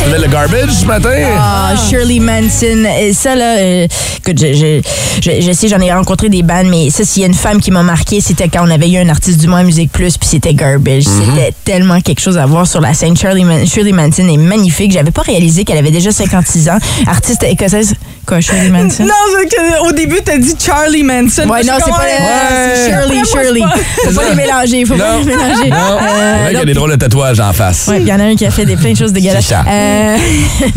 [SPEAKER 2] Tu mets le garbage ce matin?
[SPEAKER 4] Ah, Shirley Manson. Et ça, là, euh, écoute, je, je, je- je sais, j'en ai rencontré des bandes, mais ça, s'il y a une femme qui m'a marqué, c'était quand on avait eu un artiste du mois à Musique Plus, puis c'était Garbage. C'était tellement quelque chose à voir sur la scène. Shirley, Man- Shirley Manson est magnifique. J'avais pas réalisé qu'elle avait déjà 56 ans. Artiste écossaise. Quoi, Shirley Manson?
[SPEAKER 5] Non, c'est que, au début, t'as dit Charlie Manson.
[SPEAKER 4] Ouais,
[SPEAKER 5] Je
[SPEAKER 4] non, c'est
[SPEAKER 5] suis comme,
[SPEAKER 4] pas
[SPEAKER 5] ouais.
[SPEAKER 4] c'est Shirley,
[SPEAKER 5] Après, moi, c'est
[SPEAKER 4] Shirley.
[SPEAKER 5] pas-
[SPEAKER 4] Faut pas
[SPEAKER 2] ça.
[SPEAKER 4] les mélanger, faut pas
[SPEAKER 2] Non.
[SPEAKER 4] les mélanger.
[SPEAKER 2] Non.
[SPEAKER 4] Euh,
[SPEAKER 2] C'est vrai qu'il y a
[SPEAKER 4] non,
[SPEAKER 2] des drôles de tatouages en face.
[SPEAKER 4] Ouais, il y en a un qui a fait des plein de choses dégueulasses.
[SPEAKER 2] Chicha.
[SPEAKER 4] Euh,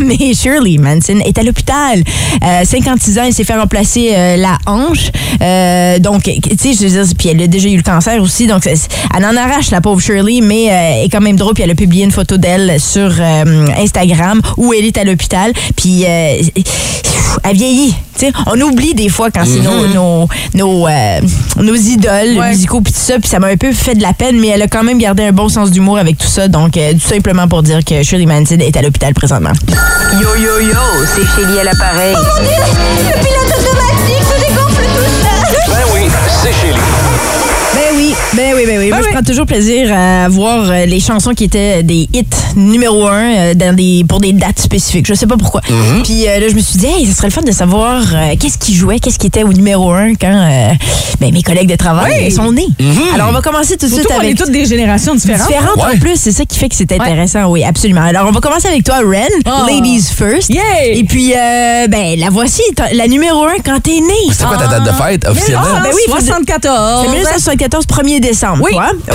[SPEAKER 4] mais Shirley Manson est à l'hôpital. Euh, 56 ans, elle s'est fait remplacer euh, la hanche. Euh, donc, tu sais, je veux dire, puis elle a déjà eu le cancer aussi. Donc, c'est- elle en arrache, la pauvre Shirley, mais euh, elle est quand même drôle. Puis elle a publié une photo d'elle sur euh, Instagram où elle est à l'hôpital. Puis, euh, elle vieillit. Tu sais, on oublie des fois quand c'est nos, nos, nos, euh, nos idoles
[SPEAKER 5] Ouais.
[SPEAKER 4] musicaux puis tout ça, puis ça m'a un peu fait de la peine, mais elle a quand même gardé un bon sens d'humour avec tout ça, donc euh, tout simplement pour dire que Shirley Manson est à l'hôpital présentement.
[SPEAKER 8] Yo yo yo, c'est Chélie à l'appareil.
[SPEAKER 1] Ben oui, c'est chez lui.
[SPEAKER 4] Ben oui, ben oui, ben oui. Moi, je prends toujours plaisir à voir euh, les chansons qui étaient des hits numéro un euh, dans des, pour des dates spécifiques. Je sais pas pourquoi.
[SPEAKER 2] Mm-hmm.
[SPEAKER 4] Puis euh, là, je me suis dit, hey, ça serait le fun de savoir euh, qu'est-ce qui jouait, qu'est-ce qui était au numéro un quand euh, ben, mes collègues de travail euh, sont nés. Alors, on va commencer tout de suite
[SPEAKER 5] Surtout qu'on
[SPEAKER 4] avec...
[SPEAKER 5] est toutes des générations différentes.
[SPEAKER 4] différentes
[SPEAKER 2] Mm-hmm. Ouais.
[SPEAKER 4] en plus. C'est ça qui fait que c'est intéressant, oui, absolument. Alors, on va commencer avec toi, Ren,
[SPEAKER 5] Oh.
[SPEAKER 4] Ladies First.
[SPEAKER 5] Yeah!
[SPEAKER 4] Et puis, euh, ben, la voici, ta- la numéro un quand t'es née.
[SPEAKER 2] C'est quoi ta date de fête officiellement?
[SPEAKER 5] Ah, ben oui,
[SPEAKER 4] faut-
[SPEAKER 5] 74.
[SPEAKER 6] ben-
[SPEAKER 4] C'est 1974, 1er décembre.
[SPEAKER 5] Oui.
[SPEAKER 4] toi. hein?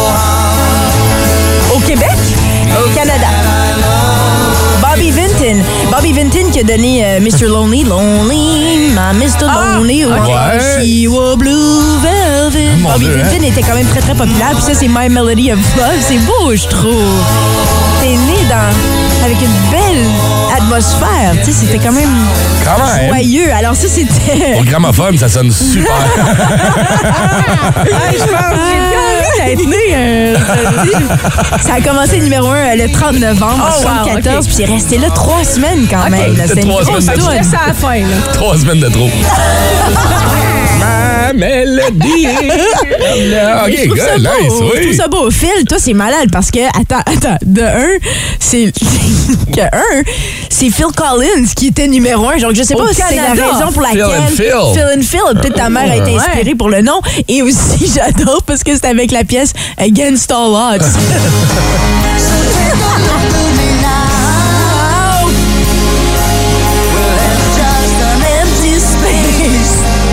[SPEAKER 4] Au Québec? Au Canada. Bobby Vinton. Bobby Vinton qui a donné euh, Mr. Lonely, Lonely, my Mr. Lonely,
[SPEAKER 2] ok.
[SPEAKER 4] she wore blue velvet.
[SPEAKER 2] Mon
[SPEAKER 4] Bobby
[SPEAKER 2] Dieu, hein?
[SPEAKER 4] Vinton était quand même très très populaire. Puis ça, c'est My Melody of Love. C'est beau, je trouve. T'es né dans, avec une belle atmosphère. Tu sais, c'était quand même
[SPEAKER 2] Quand même.
[SPEAKER 4] joyeux. Alors ça, c'était...
[SPEAKER 2] Au gramophone, ça sonne super.
[SPEAKER 4] J'ai bien envie d'être née, euh, ça a commencé numéro 1 le 30 novembre
[SPEAKER 5] Oh, wow,
[SPEAKER 4] 1974,
[SPEAKER 5] ok.
[SPEAKER 4] puis c'est resté là trois semaines quand même. là.
[SPEAKER 2] C'est
[SPEAKER 4] une
[SPEAKER 2] trois
[SPEAKER 4] grosse
[SPEAKER 2] semaines.
[SPEAKER 4] toune.
[SPEAKER 5] à la fin, là.
[SPEAKER 2] Trois semaines de trop. Ma mélodie.
[SPEAKER 4] Mais je
[SPEAKER 2] OK,
[SPEAKER 4] trouve ça
[SPEAKER 2] good, nice,
[SPEAKER 4] beau. Je trouve
[SPEAKER 2] oui.
[SPEAKER 4] ça beau. Phil, toi, c'est malade parce que, attends, attends, de un, c'est. que un, c'est Phil Collins qui était numéro un. Donc, je sais
[SPEAKER 5] Au
[SPEAKER 4] pas si c'est la
[SPEAKER 5] Canada.
[SPEAKER 4] raison pour laquelle.
[SPEAKER 2] and Phil.
[SPEAKER 4] and Phil. Peut-être ta mère a été inspirée pour le nom. Et aussi, j'adore parce que c'est avec la pièce Against All Odds.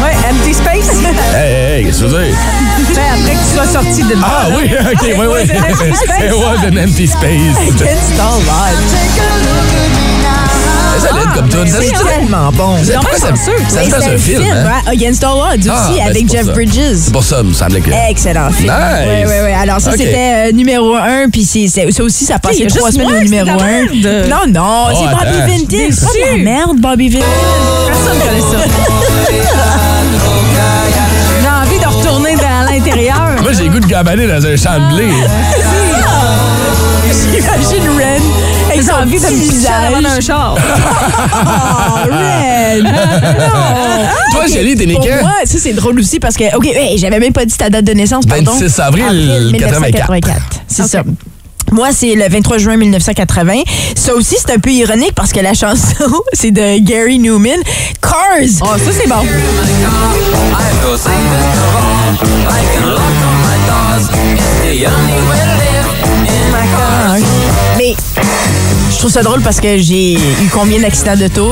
[SPEAKER 5] Ouais, Empty Space.
[SPEAKER 2] Hey, hey, hey, qu'est-ce que tu veux dire?
[SPEAKER 5] Ben, après que tu sois sorti de
[SPEAKER 2] Ah oui, OK, oui, oui.
[SPEAKER 5] C'est un empty space.
[SPEAKER 2] It was an empty space.
[SPEAKER 4] Against All Odds.
[SPEAKER 2] Ça, le comme tune. Ça
[SPEAKER 4] C'est
[SPEAKER 2] se
[SPEAKER 4] tellement bon.
[SPEAKER 2] ça-
[SPEAKER 4] Donc,
[SPEAKER 2] pourquoi ça- ça se
[SPEAKER 4] mais
[SPEAKER 2] passe
[SPEAKER 4] c'est
[SPEAKER 2] un film, hein?
[SPEAKER 4] ouais, Against All Odds
[SPEAKER 2] Ah,
[SPEAKER 4] aussi,
[SPEAKER 2] ben, c'est
[SPEAKER 4] avec
[SPEAKER 2] pour
[SPEAKER 4] Jeff
[SPEAKER 2] ça.
[SPEAKER 4] Bridges.
[SPEAKER 2] C'est pour ça, il me semblait que.
[SPEAKER 4] Excellent film.
[SPEAKER 2] Nice.
[SPEAKER 4] Ouais, ouais, ouais. Alors, ça,
[SPEAKER 2] Ok.
[SPEAKER 4] c'était euh, numéro un, puis c'est- c'est- ça aussi, ça passe
[SPEAKER 5] Il y a
[SPEAKER 4] que trois
[SPEAKER 5] juste
[SPEAKER 4] semaines
[SPEAKER 5] moi,
[SPEAKER 4] au numéro
[SPEAKER 5] c'est de la
[SPEAKER 4] un.
[SPEAKER 5] merde.
[SPEAKER 4] Non, non,
[SPEAKER 2] Oh,
[SPEAKER 4] c'est Bobby
[SPEAKER 2] attends.
[SPEAKER 4] Vintage. C'est pas de la merde, Bobby Vintage.
[SPEAKER 5] Personne connaît ça. J'ai envie de retourner dans l'intérieur.
[SPEAKER 2] Moi, j'ai le goût de gambaner dans un champ de blé.
[SPEAKER 4] Ah. J'imagine Ren avec
[SPEAKER 5] J'ai
[SPEAKER 4] son
[SPEAKER 5] envie de
[SPEAKER 4] petit
[SPEAKER 5] me pisser
[SPEAKER 4] visage.
[SPEAKER 5] avant d'un char.
[SPEAKER 4] Oh, Ren! Non!
[SPEAKER 2] Toi, Julie, t'es né
[SPEAKER 4] Pour
[SPEAKER 2] quand?
[SPEAKER 4] moi, ça, c'est drôle aussi parce que, OK, hey, j'avais même pas dit ta date de naissance, pardon.
[SPEAKER 2] 26 avril 1984.
[SPEAKER 4] C'est ça. Moi, c'est le 23 juin 1980. Ça aussi, c'est un peu ironique parce que la chanson, c'est de Gary Newman. Cars! Oh, ça, c'est bon. Ah, Mais je trouve ça drôle parce que j'ai eu combien d'accidents d'auto?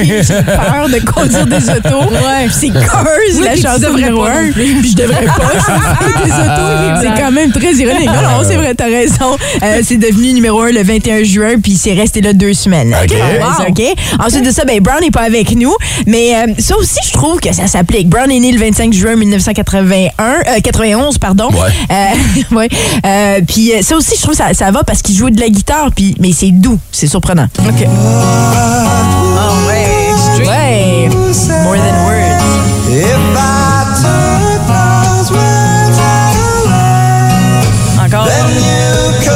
[SPEAKER 4] j'ai peur de conduire des autos. Puis C'est Cars, la
[SPEAKER 5] puis tu
[SPEAKER 4] chanson
[SPEAKER 5] devrais
[SPEAKER 4] numéro
[SPEAKER 5] pas Ah,
[SPEAKER 4] un. Puis je devrais pas. je fais des autos. C'est quand même très ironique. Non, non, c'est vrai, t'as raison. Euh, c'est devenu numéro un le 21 juin, puis c'est resté là deux semaines.
[SPEAKER 2] OK.
[SPEAKER 4] Wow. OK? Ensuite de ça, ben Brown n'est pas avec nous. Mais euh, ça aussi, je trouve que ça s'applique. Brown est né le 25 juin 1981, euh, 91, pardon.
[SPEAKER 2] Ouais.
[SPEAKER 4] Euh, ouais. Euh, puis euh, ça aussi, je trouve que ça, ça va parce qu'il jouait de la guitare, puis, mais c'est doux, c'est surprenant. OK.
[SPEAKER 5] Oh,
[SPEAKER 4] Ouais. More than words.
[SPEAKER 5] Encore.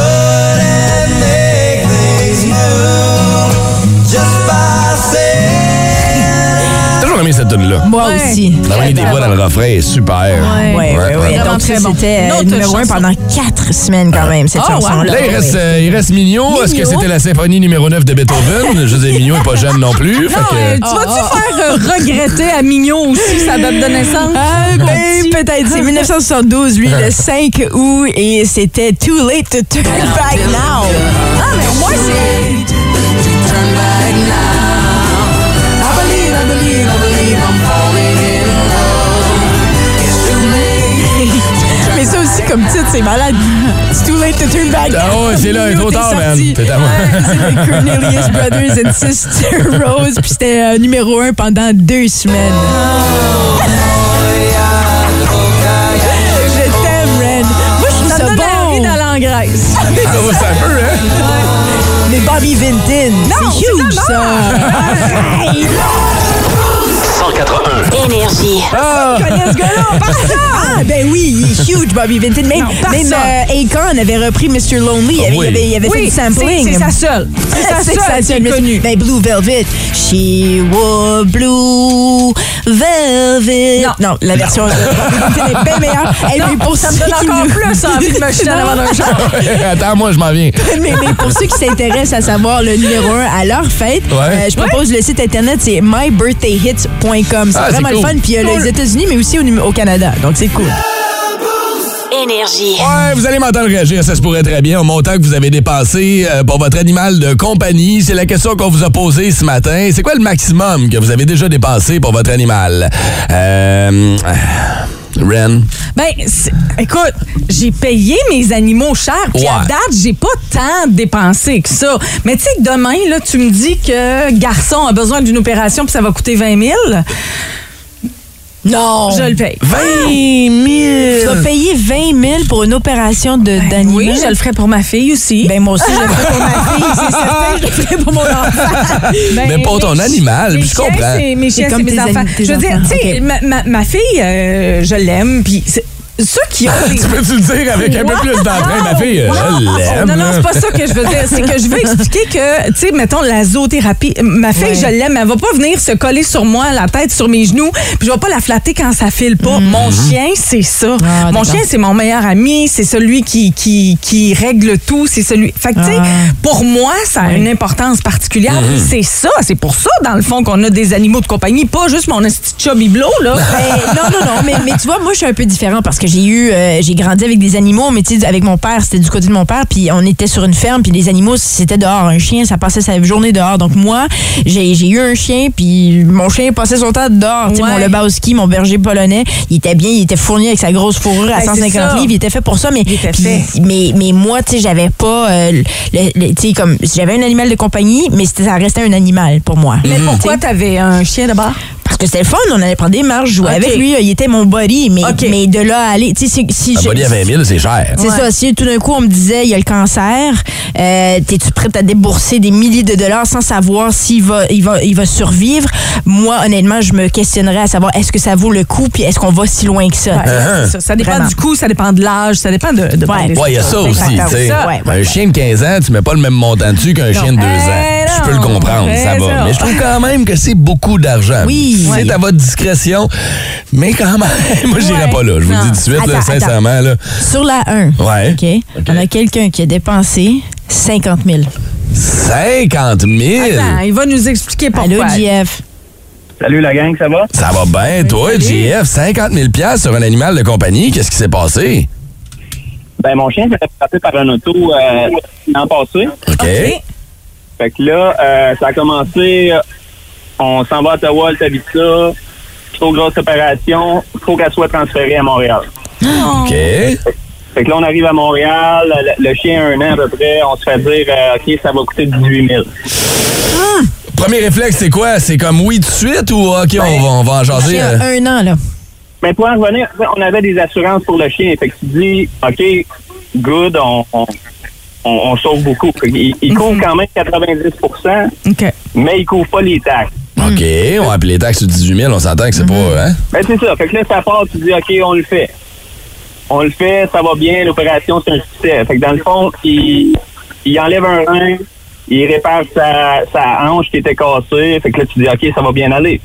[SPEAKER 2] J'ai toujours aimé cette tune-là.
[SPEAKER 4] Moi aussi.
[SPEAKER 2] La des voix dans le refrain est super.
[SPEAKER 4] Ouais, ouais, ouais. Donc, ça, c'était euh,
[SPEAKER 5] Une autre
[SPEAKER 4] numéro un
[SPEAKER 5] chanson.
[SPEAKER 4] pendant quatre semaines quand même, cette
[SPEAKER 5] Ah, ouais.
[SPEAKER 4] chanson-là.
[SPEAKER 2] Là, il reste, euh, il reste Mignon. Est-ce que
[SPEAKER 5] Mignon.
[SPEAKER 2] c'était la symphonie numéro 9 de Beethoven? Je veux dire, Mignon est pas jeune non plus. fait
[SPEAKER 5] Non,
[SPEAKER 2] que- ah,
[SPEAKER 5] euh, tu vas-tu faire euh, regretter à Mignon aussi sa date de naissance?
[SPEAKER 4] Ah, ben, peut-être. C'est 1972, lui, le 5 août, et c'était Too Late to Turn Back Now. Ah, mais au moins, c'est. Mais ça aussi, comme titre, c'est malade. It's too late to turn back.
[SPEAKER 2] Ah ouais, c'est là,
[SPEAKER 4] Nous,
[SPEAKER 2] trop
[SPEAKER 4] t'es
[SPEAKER 2] tard, man.
[SPEAKER 4] sorti.
[SPEAKER 2] T'es à moi.
[SPEAKER 4] Ouais, c'était Cornelius Brothers and Sister Rose, puis c'était euh, numéro un pendant deux semaines. Je t'aime, Ren. Moi, je trouve ça,
[SPEAKER 5] Ça me donne envie
[SPEAKER 4] bon.
[SPEAKER 5] d'aller en Grèce.
[SPEAKER 2] Ah ouais, ça peut, hein?
[SPEAKER 4] Mais Bobby Vinton, c'est huge, ça.
[SPEAKER 1] 181.
[SPEAKER 8] Énergie.
[SPEAKER 4] Connais ce gars-là, on parle ça. Ah, ben oui, il est huge, Bobby Vinton. Même,
[SPEAKER 5] par
[SPEAKER 4] même
[SPEAKER 5] ça.
[SPEAKER 4] euh, Akon avait repris Mr. Lonely. Il avait,
[SPEAKER 2] Ah oui.
[SPEAKER 4] il avait, il avait fait du sampling.
[SPEAKER 5] c'est sa seule. C'est sa
[SPEAKER 4] C'est ça,
[SPEAKER 5] seule qui
[SPEAKER 4] c'est
[SPEAKER 5] est connue.
[SPEAKER 4] Ben, Blue Velvet. She wore blue velvet. Non, la version de Bobby Vinton est bien meilleure. Elle mais pour
[SPEAKER 5] Ça
[SPEAKER 4] ceux
[SPEAKER 5] me donne
[SPEAKER 4] qui
[SPEAKER 5] encore
[SPEAKER 4] nous-
[SPEAKER 5] plus envie de me jeter avant d'un char.
[SPEAKER 2] Ouais, hein? Attends, moi, je m'en viens.
[SPEAKER 4] mais, mais pour ceux qui s'intéressent à savoir le numéro 1 à leur fête,
[SPEAKER 2] Ouais.
[SPEAKER 4] euh, je propose le site internet, c'est mybirthdayhits.com. C'est
[SPEAKER 2] Ah,
[SPEAKER 4] vraiment
[SPEAKER 2] c'est
[SPEAKER 4] le
[SPEAKER 2] cool.
[SPEAKER 4] fun. Puis il y a les États-Unis, mais aussi au, numé- au Canada. Donc c'est cool.
[SPEAKER 8] Énergie.
[SPEAKER 2] Ouais, vous allez m'entendre réagir, ça se pourrait très bien, au montant que vous avez dépensé euh, pour votre animal de compagnie. C'est la question qu'on vous a posée ce matin. C'est quoi le maximum que vous avez déjà dépensé pour votre animal? Euh... Ren.
[SPEAKER 5] Ben, c'est- écoute, j'ai payé mes animaux chers, puis à
[SPEAKER 2] Ouais.
[SPEAKER 5] date, j'ai pas tant dépensé que ça. Mais tu sais, que demain, là, tu me dis que garçon a besoin d'une opération, puis ça va coûter 20 000,
[SPEAKER 2] Oh.
[SPEAKER 4] Non!
[SPEAKER 5] je le paye.
[SPEAKER 2] 20
[SPEAKER 4] Tu
[SPEAKER 2] 000!
[SPEAKER 4] vas payer 20 000 pour une opération de d'animal?
[SPEAKER 5] Ben Oui, je le ferai pour ma fille aussi.
[SPEAKER 4] Ben moi aussi, je le ferai pour ma fille. C'est certain, je le ferai pour mon enfant.
[SPEAKER 2] Mais pour ton
[SPEAKER 5] mes chi-
[SPEAKER 2] animal,
[SPEAKER 5] mes
[SPEAKER 2] puis je
[SPEAKER 5] chiens,
[SPEAKER 2] comprends.
[SPEAKER 5] c'est- Mes chiens,
[SPEAKER 4] C'est
[SPEAKER 5] c'est
[SPEAKER 4] comme
[SPEAKER 5] mes
[SPEAKER 4] tes
[SPEAKER 5] enfants.
[SPEAKER 4] amis, tes
[SPEAKER 5] Je veux dire,
[SPEAKER 4] enfants.
[SPEAKER 5] tu sais,
[SPEAKER 4] Ok.
[SPEAKER 5] ma, ma- ma fille, euh, je l'aime, puis c'est- ceux qui ont des...
[SPEAKER 2] Tu peux-tu le dire avec un peu plus d'entrain, ma fille? euh,
[SPEAKER 5] Wow!
[SPEAKER 2] Je l'aime.
[SPEAKER 5] Non, non, c'est
[SPEAKER 2] là.
[SPEAKER 5] pas ça que je veux dire. C'est que je veux expliquer que, tu sais, mettons, la zoothérapie, ma fille, je l'aime, elle va pas venir se coller sur moi, la tête sur mes genoux, puis je vais pas la flatter quand ça file
[SPEAKER 2] Mm-hmm.
[SPEAKER 5] pas. Mon chien, c'est ça.
[SPEAKER 4] Ah,
[SPEAKER 5] mon
[SPEAKER 4] d'accord.
[SPEAKER 5] chien, c'est mon meilleur ami, c'est celui qui, qui, qui règle tout, c'est celui. Fait que, tu sais,
[SPEAKER 4] Ah.
[SPEAKER 5] pour moi, ça a une importance particulière. puis
[SPEAKER 2] Mm-hmm.
[SPEAKER 5] C'est ça, c'est pour ça, dans le fond, qu'on a des animaux de compagnie, pas juste mon petit chubby blow, là.
[SPEAKER 4] Ben, non, non, non, mais, mais tu vois, moi, je suis un peu différent parce que que j'ai eu, euh, j'ai grandi avec des animaux, mais tu sais, avec mon père, c'était du côté de mon père, puis on était sur une ferme, puis les animaux, c'était dehors. Un chien, ça passait sa journée dehors. Donc moi, j'ai j'ai eu un chien, puis mon chien passait son temps dehors. Tu sais,
[SPEAKER 5] Ouais.
[SPEAKER 4] Mon Lebowski, mon berger polonais, il était bien, il était fourni avec sa grosse fourrure à
[SPEAKER 5] Ben, c'est
[SPEAKER 4] 150
[SPEAKER 5] ça.
[SPEAKER 4] livres, il était fait pour ça, mais
[SPEAKER 5] Il était
[SPEAKER 4] puis-
[SPEAKER 5] fait.
[SPEAKER 4] mais, mais moi, tu sais, j'avais pas, euh, le- le- tu sais, comme, j'avais un animal de compagnie, mais c'était- ça restait un animal pour moi.
[SPEAKER 2] Mm.
[SPEAKER 5] Mais pourquoi t'avais un chien de bar?
[SPEAKER 4] Parce que c'était le fun, on allait prendre des marches, jouer
[SPEAKER 5] Ok.
[SPEAKER 4] avec lui, il était mon body, mais,
[SPEAKER 5] Ok.
[SPEAKER 4] mais de là à aller, tu sais, si- si
[SPEAKER 2] Un
[SPEAKER 4] je-
[SPEAKER 2] body à 20 000, c'est cher.
[SPEAKER 4] c'est ça. Si tout d'un coup, on me disait, il y a le cancer, euh, t'es-tu prête à débourser des milliers de dollars sans savoir s'il va, il va, il va survivre? Moi, honnêtement, je me questionnerais à savoir est-ce que ça vaut le coup, puis est-ce qu'on va si loin que ça?
[SPEAKER 5] Ouais, c'est ça. Ça dépend
[SPEAKER 4] Vraiment.
[SPEAKER 5] du coût, ça dépend de l'âge, ça dépend de. de
[SPEAKER 4] Ouais.
[SPEAKER 5] des-
[SPEAKER 2] Ouais, il y a ça aussi, tu
[SPEAKER 4] C'est
[SPEAKER 2] sais.
[SPEAKER 4] ça. Ouais, ouais,
[SPEAKER 2] Un
[SPEAKER 4] ouais.
[SPEAKER 2] chien de 15 ans, tu mets pas le même montant dessus qu'un chien de 2 ans.
[SPEAKER 5] Eh
[SPEAKER 2] Je peux le
[SPEAKER 5] non,
[SPEAKER 2] comprendre, ça
[SPEAKER 5] eh
[SPEAKER 2] va.
[SPEAKER 5] non.
[SPEAKER 2] Mais je trouve quand même que c'est beaucoup d'argent.
[SPEAKER 4] Oui.
[SPEAKER 2] C'est
[SPEAKER 4] Ouais.
[SPEAKER 2] à votre discrétion, mais quand même, moi, j'irai pas là. Je vous le dis tout de suite, là,
[SPEAKER 4] Attends,
[SPEAKER 2] sincèrement. Là.
[SPEAKER 4] Euh, Sur la 1,
[SPEAKER 2] Ouais.
[SPEAKER 4] OK, on a quelqu'un qui a dépensé 50 000.
[SPEAKER 2] 50 000!
[SPEAKER 5] Attends, il va nous expliquer
[SPEAKER 4] Allô,
[SPEAKER 5] pourquoi.
[SPEAKER 4] JF?
[SPEAKER 9] Salut la gang, ça va?
[SPEAKER 2] Ça va bien, toi, JF, 50 000 piastres sur un animal de compagnie, qu'est-ce qui s'est passé?
[SPEAKER 9] Ben mon chien s'est fait frapper par un auto euh, l'an passé.
[SPEAKER 2] OK.
[SPEAKER 5] OK.
[SPEAKER 9] Fait que là, euh, ça a commencé, euh, on s'en va à Ottawa, Tabitha, trop grosse opération, faut qu'elle soit transférée à Montréal.
[SPEAKER 2] OK.
[SPEAKER 9] Fait que là, on arrive à Montréal, le, le chien a un an à peu près, on se fait dire, euh, OK, ça va coûter 18 000.
[SPEAKER 2] Premier réflexe, c'est quoi? C'est comme oui tout de suite ou OK,
[SPEAKER 5] Ben,
[SPEAKER 2] on, va, on va en jaser?
[SPEAKER 4] J'ai
[SPEAKER 2] euh?
[SPEAKER 4] un an, là.
[SPEAKER 9] Mais pour en revenir, on avait des assurances pour le chien. Fait que tu dis, OK, good, on, on, on, on sauve beaucoup. Fait qu'il- Il, couvre quand même 90
[SPEAKER 5] OK.
[SPEAKER 9] mais il couvre pas les taxes.
[SPEAKER 2] OK, on appelle les taxes sur 18 000, on s'entend que c'est
[SPEAKER 5] Mhm.
[SPEAKER 2] pas... Hein?
[SPEAKER 9] Ben, c'est ça. Fait que là, ça part, tu dis, OK, on le fait. On le fait, ça va bien, l'opération, c'est un succès. Fait que dans le fond, il, il enlève un rein, il répare sa, sa hanche qui était cassée. Fait que là, tu dis, OK, ça va bien aller.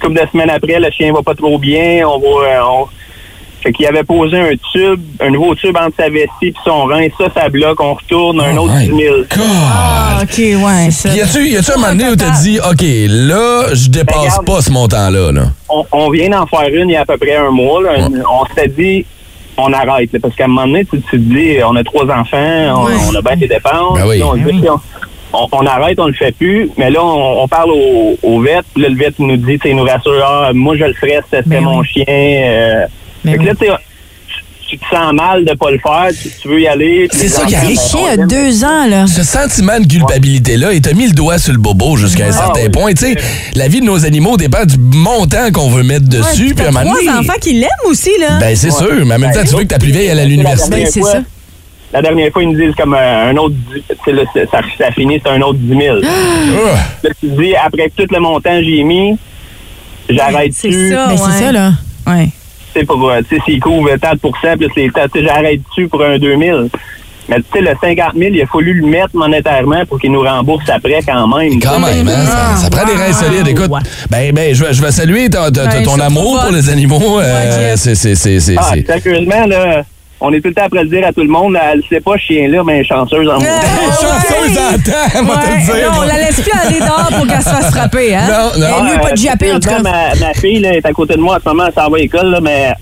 [SPEAKER 9] Couple de semaines après, le chien va pas trop bien, on va... euh, on- Fait qu'il avait posé un tube, un nouveau tube entre sa vessie et son rein. Ça, ça bloque. On retourne un autre
[SPEAKER 2] Oh my
[SPEAKER 9] 10 000.
[SPEAKER 2] God!
[SPEAKER 5] Ah, OK, ouais. ça.
[SPEAKER 2] Y a-tu, y a-tu un moment donné où
[SPEAKER 5] Ah,
[SPEAKER 2] t'as dit, OK, là, je dépasse
[SPEAKER 9] Regarde.
[SPEAKER 2] pas ce montant-là, là?
[SPEAKER 9] on, on vient d'en faire une il y a à peu près un mois. là.
[SPEAKER 2] Ouais.
[SPEAKER 9] On s'est dit, on arrête. là, parce qu'à un moment donné, tu, tu te dis, on a trois enfants, on, on a bien des dépenses.
[SPEAKER 2] Ben oui.
[SPEAKER 9] Là, on, se dit, on- on- on arrête, on le fait plus. Mais là, on, on parle au, au vet. puis Là, le vet nous dit, tu sais, il nous rassure, Ah, moi je le ferais, c'était
[SPEAKER 2] Ben
[SPEAKER 9] mon chien. euh.
[SPEAKER 4] Ben
[SPEAKER 9] Fait que là, tu sais, tu, tu te sens mal de pas le faire, tu, tu veux y aller. puis
[SPEAKER 2] C'est
[SPEAKER 9] les
[SPEAKER 2] ça qui
[SPEAKER 9] enfants,
[SPEAKER 2] arrive.
[SPEAKER 4] Le
[SPEAKER 9] ben, on
[SPEAKER 4] chien a
[SPEAKER 9] aime.
[SPEAKER 4] deux ans, là.
[SPEAKER 2] Ce sentiment de culpabilité-là, il t'a mis le doigt sur le bobo jusqu'à un certain
[SPEAKER 9] Ah oui.
[SPEAKER 2] point. Tu sais, la vie de nos animaux dépend du montant qu'on veut mettre dessus. puis à un moment donné-
[SPEAKER 5] trois enfants hein? qui l'aiment aussi, là.
[SPEAKER 2] Ben, c'est sûr, mais en même temps, tu veux que ta plus vieille elle est à l'université.
[SPEAKER 9] La dernière
[SPEAKER 4] c'est
[SPEAKER 9] fois-
[SPEAKER 4] ça.
[SPEAKER 9] La dernière fois, ils nous disent comme euh, un autre, dix- tu sais, là, ça, ça, ça finit, c'est un autre 10 000.
[SPEAKER 2] Ah,
[SPEAKER 9] Là, tu te dis, après tout le montant que j'ai mis, j'arrête
[SPEAKER 5] C'est
[SPEAKER 9] tu
[SPEAKER 5] ça,
[SPEAKER 4] Ben,
[SPEAKER 5] ouais.
[SPEAKER 4] c'est ça, là.
[SPEAKER 5] Ouais.
[SPEAKER 9] Tu sais, pour, euh, tu sais, s'il couvre tant de pourcents, plus les tant, tu sais, j'arrête tu pour un 2000. Mais tu sais, le 50 000, il a fallu le mettre monétairement pour qu'il nous rembourse après quand même.
[SPEAKER 2] Quand même, hein, ça, ça prend des reins solides. Écoute, ben, ben, je, vais- je vais saluer ton, ton-
[SPEAKER 5] Ben,
[SPEAKER 2] ton
[SPEAKER 5] surtout
[SPEAKER 2] amour
[SPEAKER 5] votre-
[SPEAKER 2] pour les animaux. euh, c'est, c'est, c'est, c'est-
[SPEAKER 9] Ah,
[SPEAKER 2] c'est-
[SPEAKER 9] sérieusement, là, on est tout le temps après le dire à tout le monde, elle sait pas, ce chien-là, mais elle est
[SPEAKER 4] Ah,
[SPEAKER 9] chanceuse en moi.
[SPEAKER 2] Hey, chanceuse en temps, moi, te le
[SPEAKER 5] Ouais,
[SPEAKER 2] dire.
[SPEAKER 5] Non, on la laisse plus aller dehors pour qu'elle se fasse frapper, hein?
[SPEAKER 2] Non, non.
[SPEAKER 4] lui, pas de JAP, en tout cas.
[SPEAKER 9] Ah, Ma, ma fille là, est à côté de moi en ce moment, elle s'en va à l'école, là, mais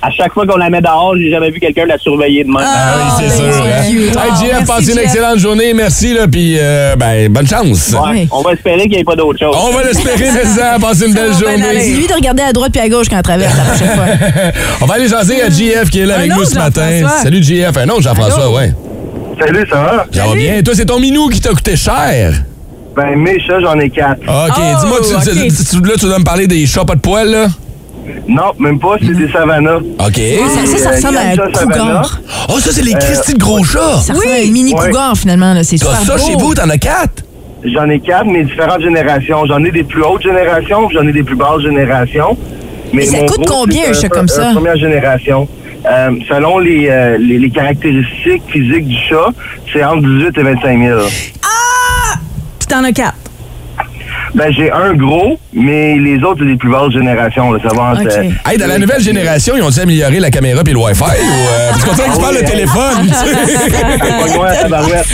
[SPEAKER 9] à chaque fois qu'on la met dehors, j'ai jamais vu quelqu'un la surveiller de même.
[SPEAKER 2] Ah oui, c'est
[SPEAKER 5] ben,
[SPEAKER 2] sûr. hein.
[SPEAKER 5] c'est cute.
[SPEAKER 2] Hey,
[SPEAKER 5] Oh,
[SPEAKER 2] JF,
[SPEAKER 5] merci,
[SPEAKER 2] passe une
[SPEAKER 5] JF.
[SPEAKER 2] excellente journée. Merci, là, puis euh, ben, bonne chance.
[SPEAKER 4] Ah,
[SPEAKER 9] Ouais, On va espérer qu'il n'y ait pas d'autre chose.
[SPEAKER 2] On va l'espérer, mais ça, passe une belle
[SPEAKER 5] va bien
[SPEAKER 2] journée.
[SPEAKER 5] aller.
[SPEAKER 4] Dis-lui de regarder à droite puis à gauche quand elle traverse la prochaine fois.
[SPEAKER 2] On va aller jaser à JF qui est là
[SPEAKER 5] Un
[SPEAKER 2] avec nous
[SPEAKER 5] autre
[SPEAKER 2] ce matin.
[SPEAKER 5] Jean-François.
[SPEAKER 2] Salut JF, un autre Jean-François, ouais.
[SPEAKER 9] Salut, ça va?
[SPEAKER 2] Ça va bien. Toi, c'est ton minou qui t'a coûté cher.
[SPEAKER 9] Ben, mes chats, j'en ai quatre.
[SPEAKER 2] Ah, OK,
[SPEAKER 5] Oh,
[SPEAKER 2] dis-moi, tu, tu-
[SPEAKER 5] ok.
[SPEAKER 2] tu- tu- là, tu dois me parler des chats pas de poils, là.
[SPEAKER 9] Non, même pas, c'est des savanas.
[SPEAKER 2] OK.
[SPEAKER 4] Ça, Ah, ça, ça
[SPEAKER 9] Euh,
[SPEAKER 4] ressemble à un
[SPEAKER 9] Yann Chat Savannah.
[SPEAKER 4] cougar.
[SPEAKER 2] Oh, ça, c'est les Christy de gros chats.
[SPEAKER 4] Ça ressemble à un mini
[SPEAKER 9] Ouais.
[SPEAKER 4] cougar, finalement. là. C'est super
[SPEAKER 2] T'as ça
[SPEAKER 4] beau.
[SPEAKER 2] chez vous, t'en as quatre?
[SPEAKER 9] J'en ai quatre, mais différentes générations. J'en ai des plus hautes générations, puis j'en ai des plus basses générations.
[SPEAKER 4] Mais ça
[SPEAKER 9] mon
[SPEAKER 4] coûte
[SPEAKER 9] gros,
[SPEAKER 4] combien,
[SPEAKER 9] c'est
[SPEAKER 4] un chat comme ça?
[SPEAKER 9] Première génération. Euh, selon les, euh, les, les caractéristiques physiques du chat, c'est entre 18 et 25 000.
[SPEAKER 5] Puis t'en as quatre.
[SPEAKER 9] Ben, j'ai un gros, mais les autres, c'est des plus basses générations. Là. Ça va entre,
[SPEAKER 4] Ok.
[SPEAKER 9] euh,
[SPEAKER 2] Hey, dans la nouvelle génération, ils ont dû améliorer la caméra puis le Wi-Fi. Ou, euh, parce qu'on dirait que tu parles le téléphone. tu sais.
[SPEAKER 9] pognoir, euh, tabarouette.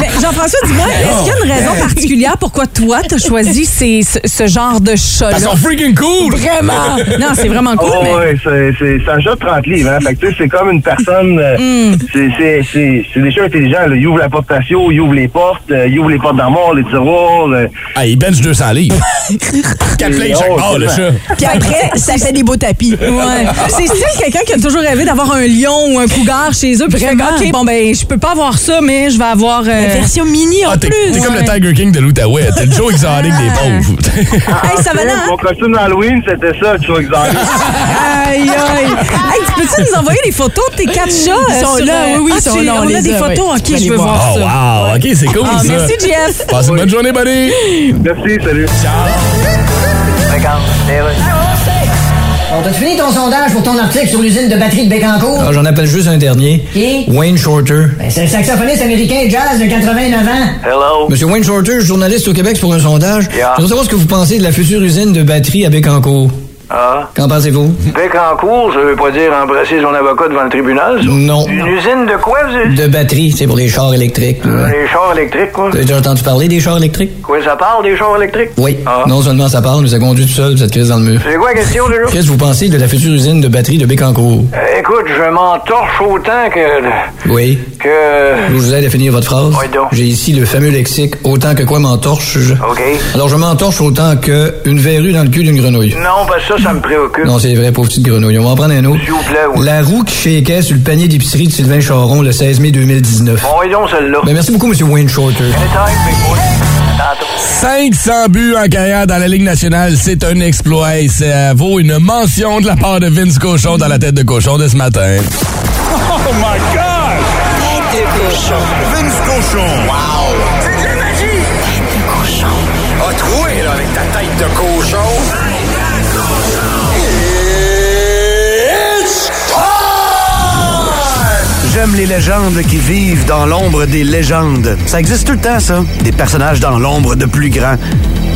[SPEAKER 5] Mais Jean-François, dis-moi, est-ce qu'il y a une raison particulière pourquoi toi, t'as choisi ces- ce, ce genre de chat-là?
[SPEAKER 2] Ils sont freaking cool!
[SPEAKER 5] Vraiment! Non, c'est vraiment cool,
[SPEAKER 9] Oh,
[SPEAKER 5] mais...
[SPEAKER 9] ouais, c'est, c'est, c'est un chat de 30 livres, hein. Fait que, tu sais, c'est comme une personne,
[SPEAKER 5] Mm.
[SPEAKER 9] euh, c'est, c'est, c'est, c'est des chats intelligents, là. Ils ouvrent la porte patio, ils ouvrent les portes, euh, ils ouvrent les portes d'armoire, les tiroirs, euh. là.
[SPEAKER 2] Ah, il bench 200 livres. Quatre plaques chaque
[SPEAKER 9] Oh,
[SPEAKER 2] bord, le chat.
[SPEAKER 4] Puis après, ça fait des beaux tapis.
[SPEAKER 5] Ouais. C'est style quelqu'un qui a toujours rêvé d'avoir un lion ou un cougar chez eux. Puis fait comme, OK, bon, ben, je peux pas avoir ça, mais je vais avoir. euh,
[SPEAKER 4] Version mini en
[SPEAKER 2] Ah, t'es
[SPEAKER 4] plus.
[SPEAKER 2] t'es comme le
[SPEAKER 5] ouais.
[SPEAKER 2] Tiger King de l'Outaouais. T'es le Joe Exotic des pauvres.
[SPEAKER 5] Hey, ça va là, hein?
[SPEAKER 9] Mon costume d'Halloween, c'était ça, tu vois, exemple.
[SPEAKER 5] Aïe, aïe. Hey, tu peux-tu nous envoyer des photos de tes quatre chats? euh,
[SPEAKER 4] Ils sont
[SPEAKER 5] sur,
[SPEAKER 4] là,
[SPEAKER 5] euh,
[SPEAKER 4] oui, oui,
[SPEAKER 5] ah,
[SPEAKER 4] ils sont
[SPEAKER 5] tu-
[SPEAKER 4] là, on
[SPEAKER 5] On, a
[SPEAKER 4] les
[SPEAKER 5] des
[SPEAKER 4] a,
[SPEAKER 5] photos,
[SPEAKER 4] ouais. Tu
[SPEAKER 5] OK,
[SPEAKER 4] vas
[SPEAKER 5] je
[SPEAKER 4] les
[SPEAKER 5] veux
[SPEAKER 4] voir.
[SPEAKER 5] voir
[SPEAKER 2] Oh,
[SPEAKER 5] ça.
[SPEAKER 2] wow. OK, c'est cool,
[SPEAKER 5] Ah,
[SPEAKER 2] ça.
[SPEAKER 5] merci, Jeff.
[SPEAKER 2] Passez une bonne journée, buddy.
[SPEAKER 9] Merci, salut.
[SPEAKER 10] Bon, t'as-tu fini ton sondage pour ton article sur l'usine de batterie de Bécancourt?
[SPEAKER 11] Ah, J'en appelle juste un dernier.
[SPEAKER 10] Qui?
[SPEAKER 11] Wayne Shorter.
[SPEAKER 10] Ben, c'est le saxophoniste américain jazz de 89 ans.
[SPEAKER 1] Hello?
[SPEAKER 11] Monsieur Wayne Shorter, journaliste au Québec pour un sondage.
[SPEAKER 1] Yeah.
[SPEAKER 11] Je voudrais savoir ce que vous pensez de la future usine de batterie à Bécancourt.
[SPEAKER 1] Ah?
[SPEAKER 11] Qu'en pensez-vous?
[SPEAKER 1] Bécancourt, ça veut pas dire embrasser son avocat devant le tribunal, ça?
[SPEAKER 11] Non.
[SPEAKER 1] Une usine de quoi, vous dites?
[SPEAKER 11] De batterie, c'est pour les chars électriques. là.
[SPEAKER 9] Ben.
[SPEAKER 1] Les chars électriques, quoi.
[SPEAKER 11] Vous avez déjà entendu parler des chars électriques?
[SPEAKER 1] Quoi, ça parle des chars électriques?
[SPEAKER 11] Oui.
[SPEAKER 1] Ah.
[SPEAKER 11] Non seulement ça parle, mais ça conduit tout seul, cette crise dans le mur.
[SPEAKER 1] C'est quoi la question, déjà?
[SPEAKER 11] Qu'est-ce que vous pensez de la future usine de batterie de Bécancourt?
[SPEAKER 1] Euh, Écoute, je m'en torche autant que...
[SPEAKER 11] Oui. Je
[SPEAKER 1] que...
[SPEAKER 11] vous aide à finir votre phrase.
[SPEAKER 1] Euh. Oui, donc.
[SPEAKER 11] J'ai ici le fameux lexique autant que quoi m'entorche. je.
[SPEAKER 1] OK.
[SPEAKER 11] Alors je m'entorche autant que une verrue dans le cul d'une grenouille.
[SPEAKER 1] Non, parce que ça, ça me préoccupe.
[SPEAKER 11] Non, c'est vrai, pauvre petite grenouille. On va en prendre un autre.
[SPEAKER 1] S'il vous plaît, oui.
[SPEAKER 11] La roue qui shakeait sur le panier d'épicerie de Sylvain Charon le 16 mai 2019.
[SPEAKER 1] Bon, et donc, celle-là.
[SPEAKER 11] Ben, merci beaucoup, Monsieur Wayne Shorter.
[SPEAKER 1] Anytime, big boy. Tantôt.
[SPEAKER 2] 500 buts en carrière dans la Ligue nationale, c'est un exploit et ça vaut une mention de la part de Vince Cochon dans la tête de cochon de ce matin.
[SPEAKER 12] Vince Cochon. Wow! C'est de la magie! Tête de cochon. A troué, là, avec ta tête de cochon. It's J'aime les légendes qui vivent dans l'ombre des légendes. Ça existe tout le temps, ça. Des personnages dans l'ombre de plus grands.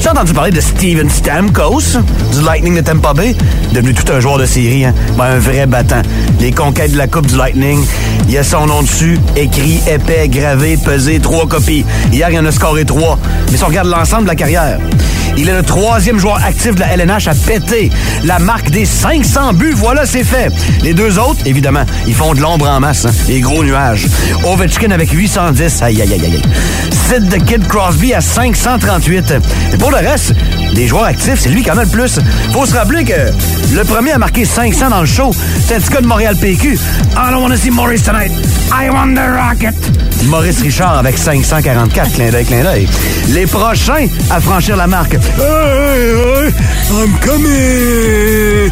[SPEAKER 12] J'ai entendu parler de Steven Stamkos, du Lightning de Tampa Bay, devenu tout un joueur de série, hein? Ben, un vrai battant. Les conquêtes de la Coupe du Lightning, il y a son nom dessus, écrit, épais, gravé, pesé, trois copies. Hier, il en a scoré trois. Mais si on regarde l'ensemble de la carrière, il est le troisième joueur actif de la LNH à péter la marque des 500 buts. Voilà, c'est fait. Les deux autres, évidemment, ils font de l'ombre en masse. hein, les gros nuages. Ovechkin avec 810. Aïe, aïe, aïe, aïe. Sid de Kid Crosby à 538. Mais pour le reste, des joueurs actifs, c'est lui qui en a le plus. Faut se rappeler que le premier a marqué 500 dans le show. C'est un petit gars de Montréal PQ. I don't wanna see Maurice tonight. I want the rocket. Maurice Richard avec 544, clin d'œil, clin d'œil. Les prochains à franchir la marque. Hey, hey, I'm coming!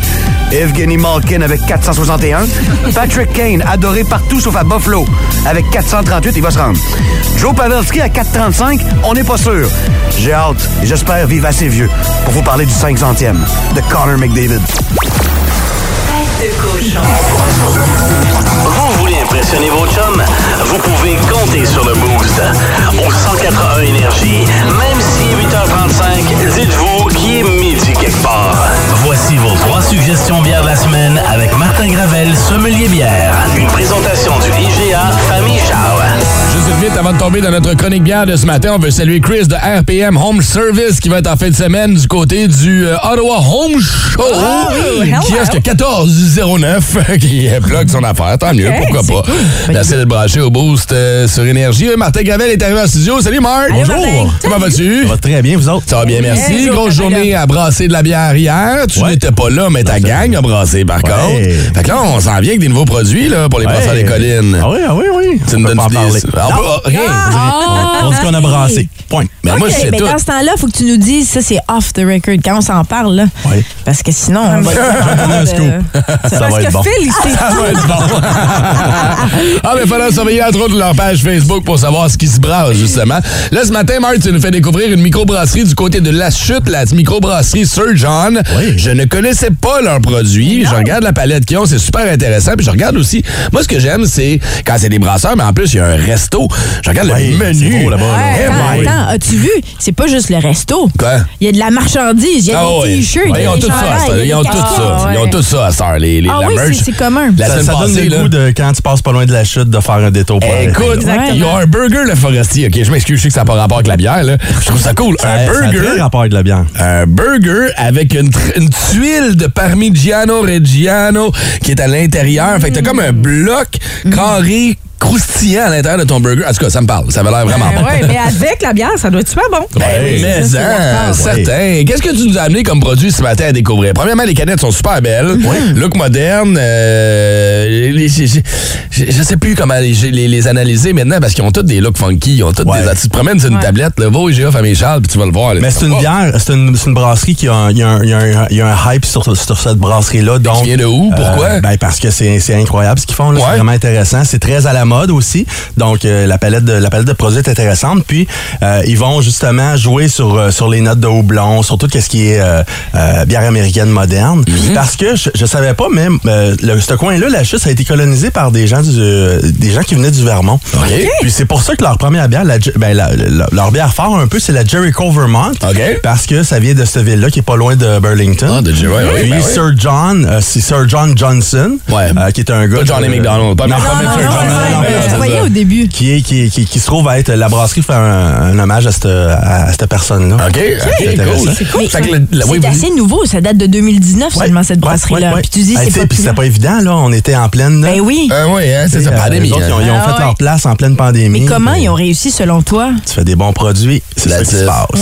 [SPEAKER 12] Evgeny Malkin avec 461. Patrick Kane, adoré partout sauf à Buffalo, avec 438, il va se rendre. Joe Pavelski à 435, on n'est pas sûr. J'ai hâte et j'espère vivre assez vieux pour vous parler du 500e de Connor McDavid.
[SPEAKER 1] Vous voulez impressionner vos chums? Vous pouvez compter sur le Boost. Au 181 Énergie, même si 8h35, dites-vous qu'il est midi quelque part. Voici vos trois suggestions bières de la semaine avec Martin Gravel, sommelier bière. Une présentation du IGA Famille Chao.
[SPEAKER 2] Juste vite, avant de tomber dans notre chronique bière de ce matin, on veut saluer Chris de RPM Home Service qui va être en fin de semaine du côté du euh, Ottawa Home Show. kiosque 1409 qui euh, bloque son affaire. Tant mieux, pourquoi pas. Merci de brancher au boost euh, sur Énergie. Euh, Martin Gravel est arrivé en studio. Salut Marc. Bonjour. Comment vas-tu?
[SPEAKER 12] très bien, vous autres?
[SPEAKER 2] Ça va bien, merci. Grosse journée à brasser de la bière hier. Tu
[SPEAKER 12] Ouais.
[SPEAKER 2] n'étais pas là, mais ta gang a brassé, par
[SPEAKER 12] Ouais.
[SPEAKER 2] contre. Fait que là, on s'en vient avec des nouveaux produits là, pour les brasseurs des collines.
[SPEAKER 12] Ah
[SPEAKER 13] Ah
[SPEAKER 12] oui, oui, oui.
[SPEAKER 2] Tu me donnes des... Ah, bah, rien.
[SPEAKER 12] On dit qu'on a brassé. Point.
[SPEAKER 2] Mais moi, je sais
[SPEAKER 4] ah, mais
[SPEAKER 2] tout.
[SPEAKER 4] ben, dans ce temps-là, faut que tu nous dises, ça c'est off the record, quand on s'en parle, là.
[SPEAKER 12] Ouais.
[SPEAKER 4] Parce que sinon, on va-
[SPEAKER 12] Ça va être bon.
[SPEAKER 2] Ah, ouais, c'est bon. ah, mais fallait surveiller entre autres leur page Facebook pour savoir ce qui se brasse, justement. Là, ce matin, Marc, tu nous fais découvrir une microbrasserie du côté de La Chute, la microbrasserie Sir John.
[SPEAKER 12] Oui.
[SPEAKER 2] Je ne connaissais pas leurs produits. Je regarde la palette qu'ils ont, c'est super intéressant. Puis je regarde aussi. Moi, ce que j'aime, c'est quand c'est des brasseurs, mais en plus, il y a un resto. Je regarde le menu.
[SPEAKER 4] Ouais, attends, attends, as-tu vu? C'est pas juste le resto. Il y a de la marchandise, il y a
[SPEAKER 2] Ah
[SPEAKER 4] des
[SPEAKER 2] ouais.
[SPEAKER 4] t-shirts, il y
[SPEAKER 2] Ouais,
[SPEAKER 4] a
[SPEAKER 2] Ils ont
[SPEAKER 4] des
[SPEAKER 2] tout ça,
[SPEAKER 4] chandails,
[SPEAKER 2] à cette heure.
[SPEAKER 4] il y
[SPEAKER 2] ils
[SPEAKER 4] a
[SPEAKER 2] ont
[SPEAKER 4] des
[SPEAKER 2] tout
[SPEAKER 4] casquettes.
[SPEAKER 2] ça. Ils ont tout ça à cette heure, les, les,
[SPEAKER 4] Ah
[SPEAKER 2] la
[SPEAKER 4] oui,
[SPEAKER 2] merch.
[SPEAKER 4] c'est- c'est commun.
[SPEAKER 2] La
[SPEAKER 13] ça,
[SPEAKER 2] semaine
[SPEAKER 13] ça donne
[SPEAKER 2] passée,
[SPEAKER 13] le
[SPEAKER 2] là.
[SPEAKER 13] goût de, quand tu passes pas loin de la chute, de faire un détour pour aller.
[SPEAKER 2] Écoute,
[SPEAKER 13] Exactement.
[SPEAKER 2] ils ont un burger le forestier. OK, je m'excuse, je sais que ça n'a pas rapport avec la bière. Là. Je trouve ça cool.
[SPEAKER 13] Ça-
[SPEAKER 2] un
[SPEAKER 13] ça a
[SPEAKER 2] burger.
[SPEAKER 13] très rapport avec la bière.
[SPEAKER 2] Un Euh, burger avec une, tr- une tuile de Parmigiano Reggiano qui est à l'intérieur. Fait que t'as comme un
[SPEAKER 5] Mm.
[SPEAKER 2] bloc carré croustillant à l'intérieur de ton burger. En tout cas, ça me parle. Ça avait l'air vraiment bon.
[SPEAKER 5] Ben Ouais, mais avec la bière, ça doit être super bon.
[SPEAKER 2] Ben oui, mais hein, certain. Qu'est-ce que tu nous as amené comme produit ce matin à découvrir? Premièrement, les canettes sont super belles. Look moderne. euh, les- j'ai- j'ai- j'ai- je sais plus comment les, j'ai- les- les analyser maintenant parce qu'ils ont tous des looks funky. Ils ont tous des. Tu te promènes sur une tablette, là, va au IGA Famille Charles, puis tu vas le voir. là.
[SPEAKER 13] Mais
[SPEAKER 2] Tu
[SPEAKER 13] c'est
[SPEAKER 2] vas
[SPEAKER 13] une
[SPEAKER 2] voir.
[SPEAKER 13] bière, c'est une, c'est une brasserie qui a un, il y a un, il y a un- il y a un hype sur, sur cette brasserie-là. Donc,
[SPEAKER 2] vient de où? Pourquoi?
[SPEAKER 13] ben parce que c'est c'est incroyable ce qu'ils font. là. C'est vraiment intéressant. C'est très à la mode aussi. Donc, euh, la, palette de, la palette de produits est intéressante. Puis, euh, ils vont justement jouer sur, euh, sur les notes de houblon, sur tout ce qui est euh, euh, bière américaine moderne.
[SPEAKER 2] Mhm.
[SPEAKER 13] Parce que je, je savais pas, mais euh, le- ce coin-là, la chute, ça a été colonisé par des gens, du, euh, des gens qui venaient du Vermont. Puis, c'est pour ça que leur première bière, la Je- ben, la- la- leur bière phare un peu, c'est la Jericho Vermont. Parce que ça vient de cette ville-là qui est pas loin de Burlington.
[SPEAKER 2] Ah, de Jericho, oui,
[SPEAKER 13] Puis,
[SPEAKER 2] ben oui.
[SPEAKER 13] Sir John, euh, c'est Sir John Johnson, euh, qui est un gars.
[SPEAKER 2] Pas Johnny
[SPEAKER 13] de-
[SPEAKER 2] McDonald, pas-
[SPEAKER 13] Non,
[SPEAKER 2] pas-
[SPEAKER 13] non,
[SPEAKER 2] pas-
[SPEAKER 13] non,
[SPEAKER 2] Sir
[SPEAKER 13] non,
[SPEAKER 2] John
[SPEAKER 13] non,
[SPEAKER 2] McDonald,
[SPEAKER 13] non,
[SPEAKER 2] c'est
[SPEAKER 13] non,
[SPEAKER 2] ça.
[SPEAKER 13] voyais au début. Qui, est, qui, est- qui, est- qui se trouve à être. La brasserie fait un, un hommage à cette, à, à cette personne-là.
[SPEAKER 2] OK,
[SPEAKER 13] C'est intéressant.
[SPEAKER 4] Mais
[SPEAKER 13] Fait que le- le- oui,
[SPEAKER 4] C'est
[SPEAKER 13] vous-
[SPEAKER 4] assez nouveau, ça date de 2019 seulement cette brasserie-là.
[SPEAKER 13] Ouais, ouais.
[SPEAKER 4] Puis tu dis
[SPEAKER 13] Ah,
[SPEAKER 4] c'est
[SPEAKER 13] tu sais,
[SPEAKER 4] pas
[SPEAKER 13] Puis
[SPEAKER 4] plus
[SPEAKER 13] c'était pas évident, là. On était en pleine. Ben
[SPEAKER 4] oui.
[SPEAKER 2] Ah oui, hein, c'est ça, pandémie,
[SPEAKER 13] Ils ont, ils ont fait
[SPEAKER 2] hein.
[SPEAKER 4] Ah ouais.
[SPEAKER 13] leur place en pleine pandémie.
[SPEAKER 4] Mais comment ils ont réussi selon toi?
[SPEAKER 13] Tu fais des bons produits, c'est ça qui se passe.
[SPEAKER 5] Ouais,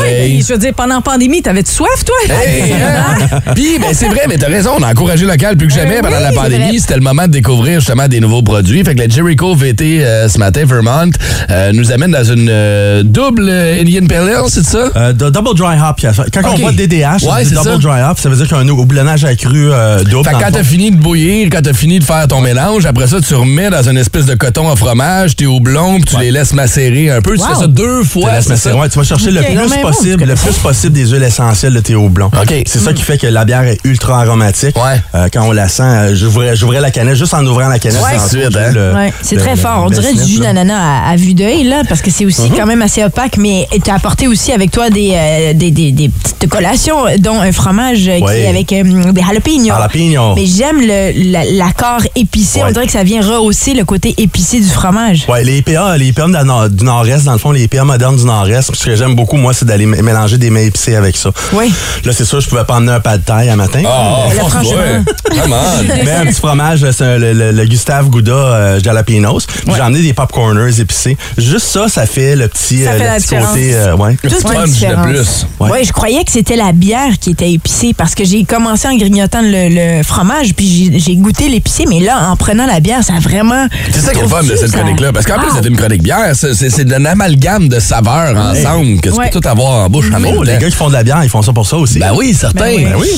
[SPEAKER 5] mais je veux dire, pendant la pandémie, t'avais-tu soif, toi?
[SPEAKER 2] Hey, hein? Puis, ben, c'est vrai, mais t'as raison, on a encouragé local plus que jamais
[SPEAKER 5] Euh,
[SPEAKER 2] pendant
[SPEAKER 5] oui,
[SPEAKER 2] la
[SPEAKER 5] c'est vrai.
[SPEAKER 2] pandémie. C'était le moment de découvrir justement des nouveaux produits. Fait que la Jericho VT euh, ce matin, Vermont, euh, nous amène dans une euh, double euh, Indian Pale Ale, c'est ça?
[SPEAKER 13] Euh, de double dry hop. puis à ça- Quand
[SPEAKER 2] Ok.
[SPEAKER 13] on voit DDH,
[SPEAKER 2] Ouais,
[SPEAKER 13] c'est
[SPEAKER 2] c'est
[SPEAKER 13] double
[SPEAKER 2] ça.
[SPEAKER 13] dry hop, ça veut dire qu'un houblonnage accru euh, double.
[SPEAKER 2] Fait
[SPEAKER 13] dans
[SPEAKER 2] que
[SPEAKER 13] le
[SPEAKER 2] quand
[SPEAKER 13] fond.
[SPEAKER 2] t'as fini de bouillir, quand t'as fini de faire ton mélange, après ça, tu remets dans une espèce de coton à fromage, tes houblons, puis tu les laisses macérer un peu. Tu
[SPEAKER 13] Wow.
[SPEAKER 2] fais ça deux
[SPEAKER 13] Tu
[SPEAKER 2] fois.
[SPEAKER 13] laisses
[SPEAKER 2] c'est
[SPEAKER 13] macérer.
[SPEAKER 2] ça?
[SPEAKER 13] Ouais, tu vas chercher
[SPEAKER 2] Ok.
[SPEAKER 13] le
[SPEAKER 2] Non,
[SPEAKER 13] plus
[SPEAKER 2] mais bon,
[SPEAKER 13] possible, le plus possible des huiles essentielles de tes houblons. C'est
[SPEAKER 2] Mhm.
[SPEAKER 13] ça qui fait que la bière est ultra aromatique. Euh, quand on la sent, euh, j'ouvrais, j'ouvrais la canette juste en ouvrant la canette.
[SPEAKER 4] Ouais.
[SPEAKER 13] dans
[SPEAKER 4] Tout de
[SPEAKER 2] suite,
[SPEAKER 13] le-
[SPEAKER 2] hein?
[SPEAKER 13] le-
[SPEAKER 4] Ouais, c'est
[SPEAKER 13] le-
[SPEAKER 4] très
[SPEAKER 13] le-
[SPEAKER 4] fort. On
[SPEAKER 2] ben,
[SPEAKER 13] le
[SPEAKER 4] dirait du
[SPEAKER 13] sniff,
[SPEAKER 4] jus
[SPEAKER 13] là.
[SPEAKER 4] d'ananas à, à vue d'œil, là, parce que c'est aussi
[SPEAKER 2] Mm-hmm.
[SPEAKER 4] quand même assez opaque, mais tu as apporté aussi avec toi des, euh, des, des, des petites collations, euh, dont un fromage euh, qui
[SPEAKER 13] Ouais.
[SPEAKER 4] est avec euh, des jalapenos.
[SPEAKER 2] Oh.
[SPEAKER 13] Jalapenos.
[SPEAKER 4] Mais j'aime le- la- l'accord épicé. On dirait que ça vient rehausser le côté épicé du fromage.
[SPEAKER 13] Ouais, les IPA, les IPA dans- du Nord-Est, dans le fond, les IPA modernes du Nord-Est, ce que j'aime beaucoup, moi, c'est d'aller m- mélanger des mets épicés avec ça.
[SPEAKER 4] Oui.
[SPEAKER 13] Là, c'est sûr, je pouvais pas emmener un pas de taille à matin.
[SPEAKER 2] Ah,
[SPEAKER 13] Mais-
[SPEAKER 2] ah, Là, franchement. ouais. Come on.
[SPEAKER 13] Mais un petit fromage, c'est un- le, le- le Gustave Gouda euh, Jalapenos. Puis J'ai emmené des popcorners épicés. Juste ça, ça fait le petit,
[SPEAKER 4] Ça
[SPEAKER 13] euh,
[SPEAKER 4] fait
[SPEAKER 13] le
[SPEAKER 4] la
[SPEAKER 13] petit
[SPEAKER 4] différence.
[SPEAKER 13] côté. euh, ouais.
[SPEAKER 4] Toute la différence. Ouais. je croyais que c'était la bière qui était épicée parce que j'ai commencé en grignotant le, le fromage puis j'ai- j'ai goûté l'épicé, mais là, en prenant la bière, ça a vraiment.
[SPEAKER 2] C'est ça qui est le fun de
[SPEAKER 4] Trouves-tu
[SPEAKER 2] cette
[SPEAKER 4] ça? Ah!
[SPEAKER 2] chronique-là. Parce qu'en
[SPEAKER 13] Ah!
[SPEAKER 2] plus, c'est une chronique bière. C'est- C'est c'est d'un amalgame de saveurs ensemble que tu
[SPEAKER 4] Ouais.
[SPEAKER 2] peux tout avoir en bouche en même temps.
[SPEAKER 13] Oh, les gars qui font de la bière, ils font ça pour ça aussi.
[SPEAKER 2] Ben oui, certain.
[SPEAKER 13] Ben oui.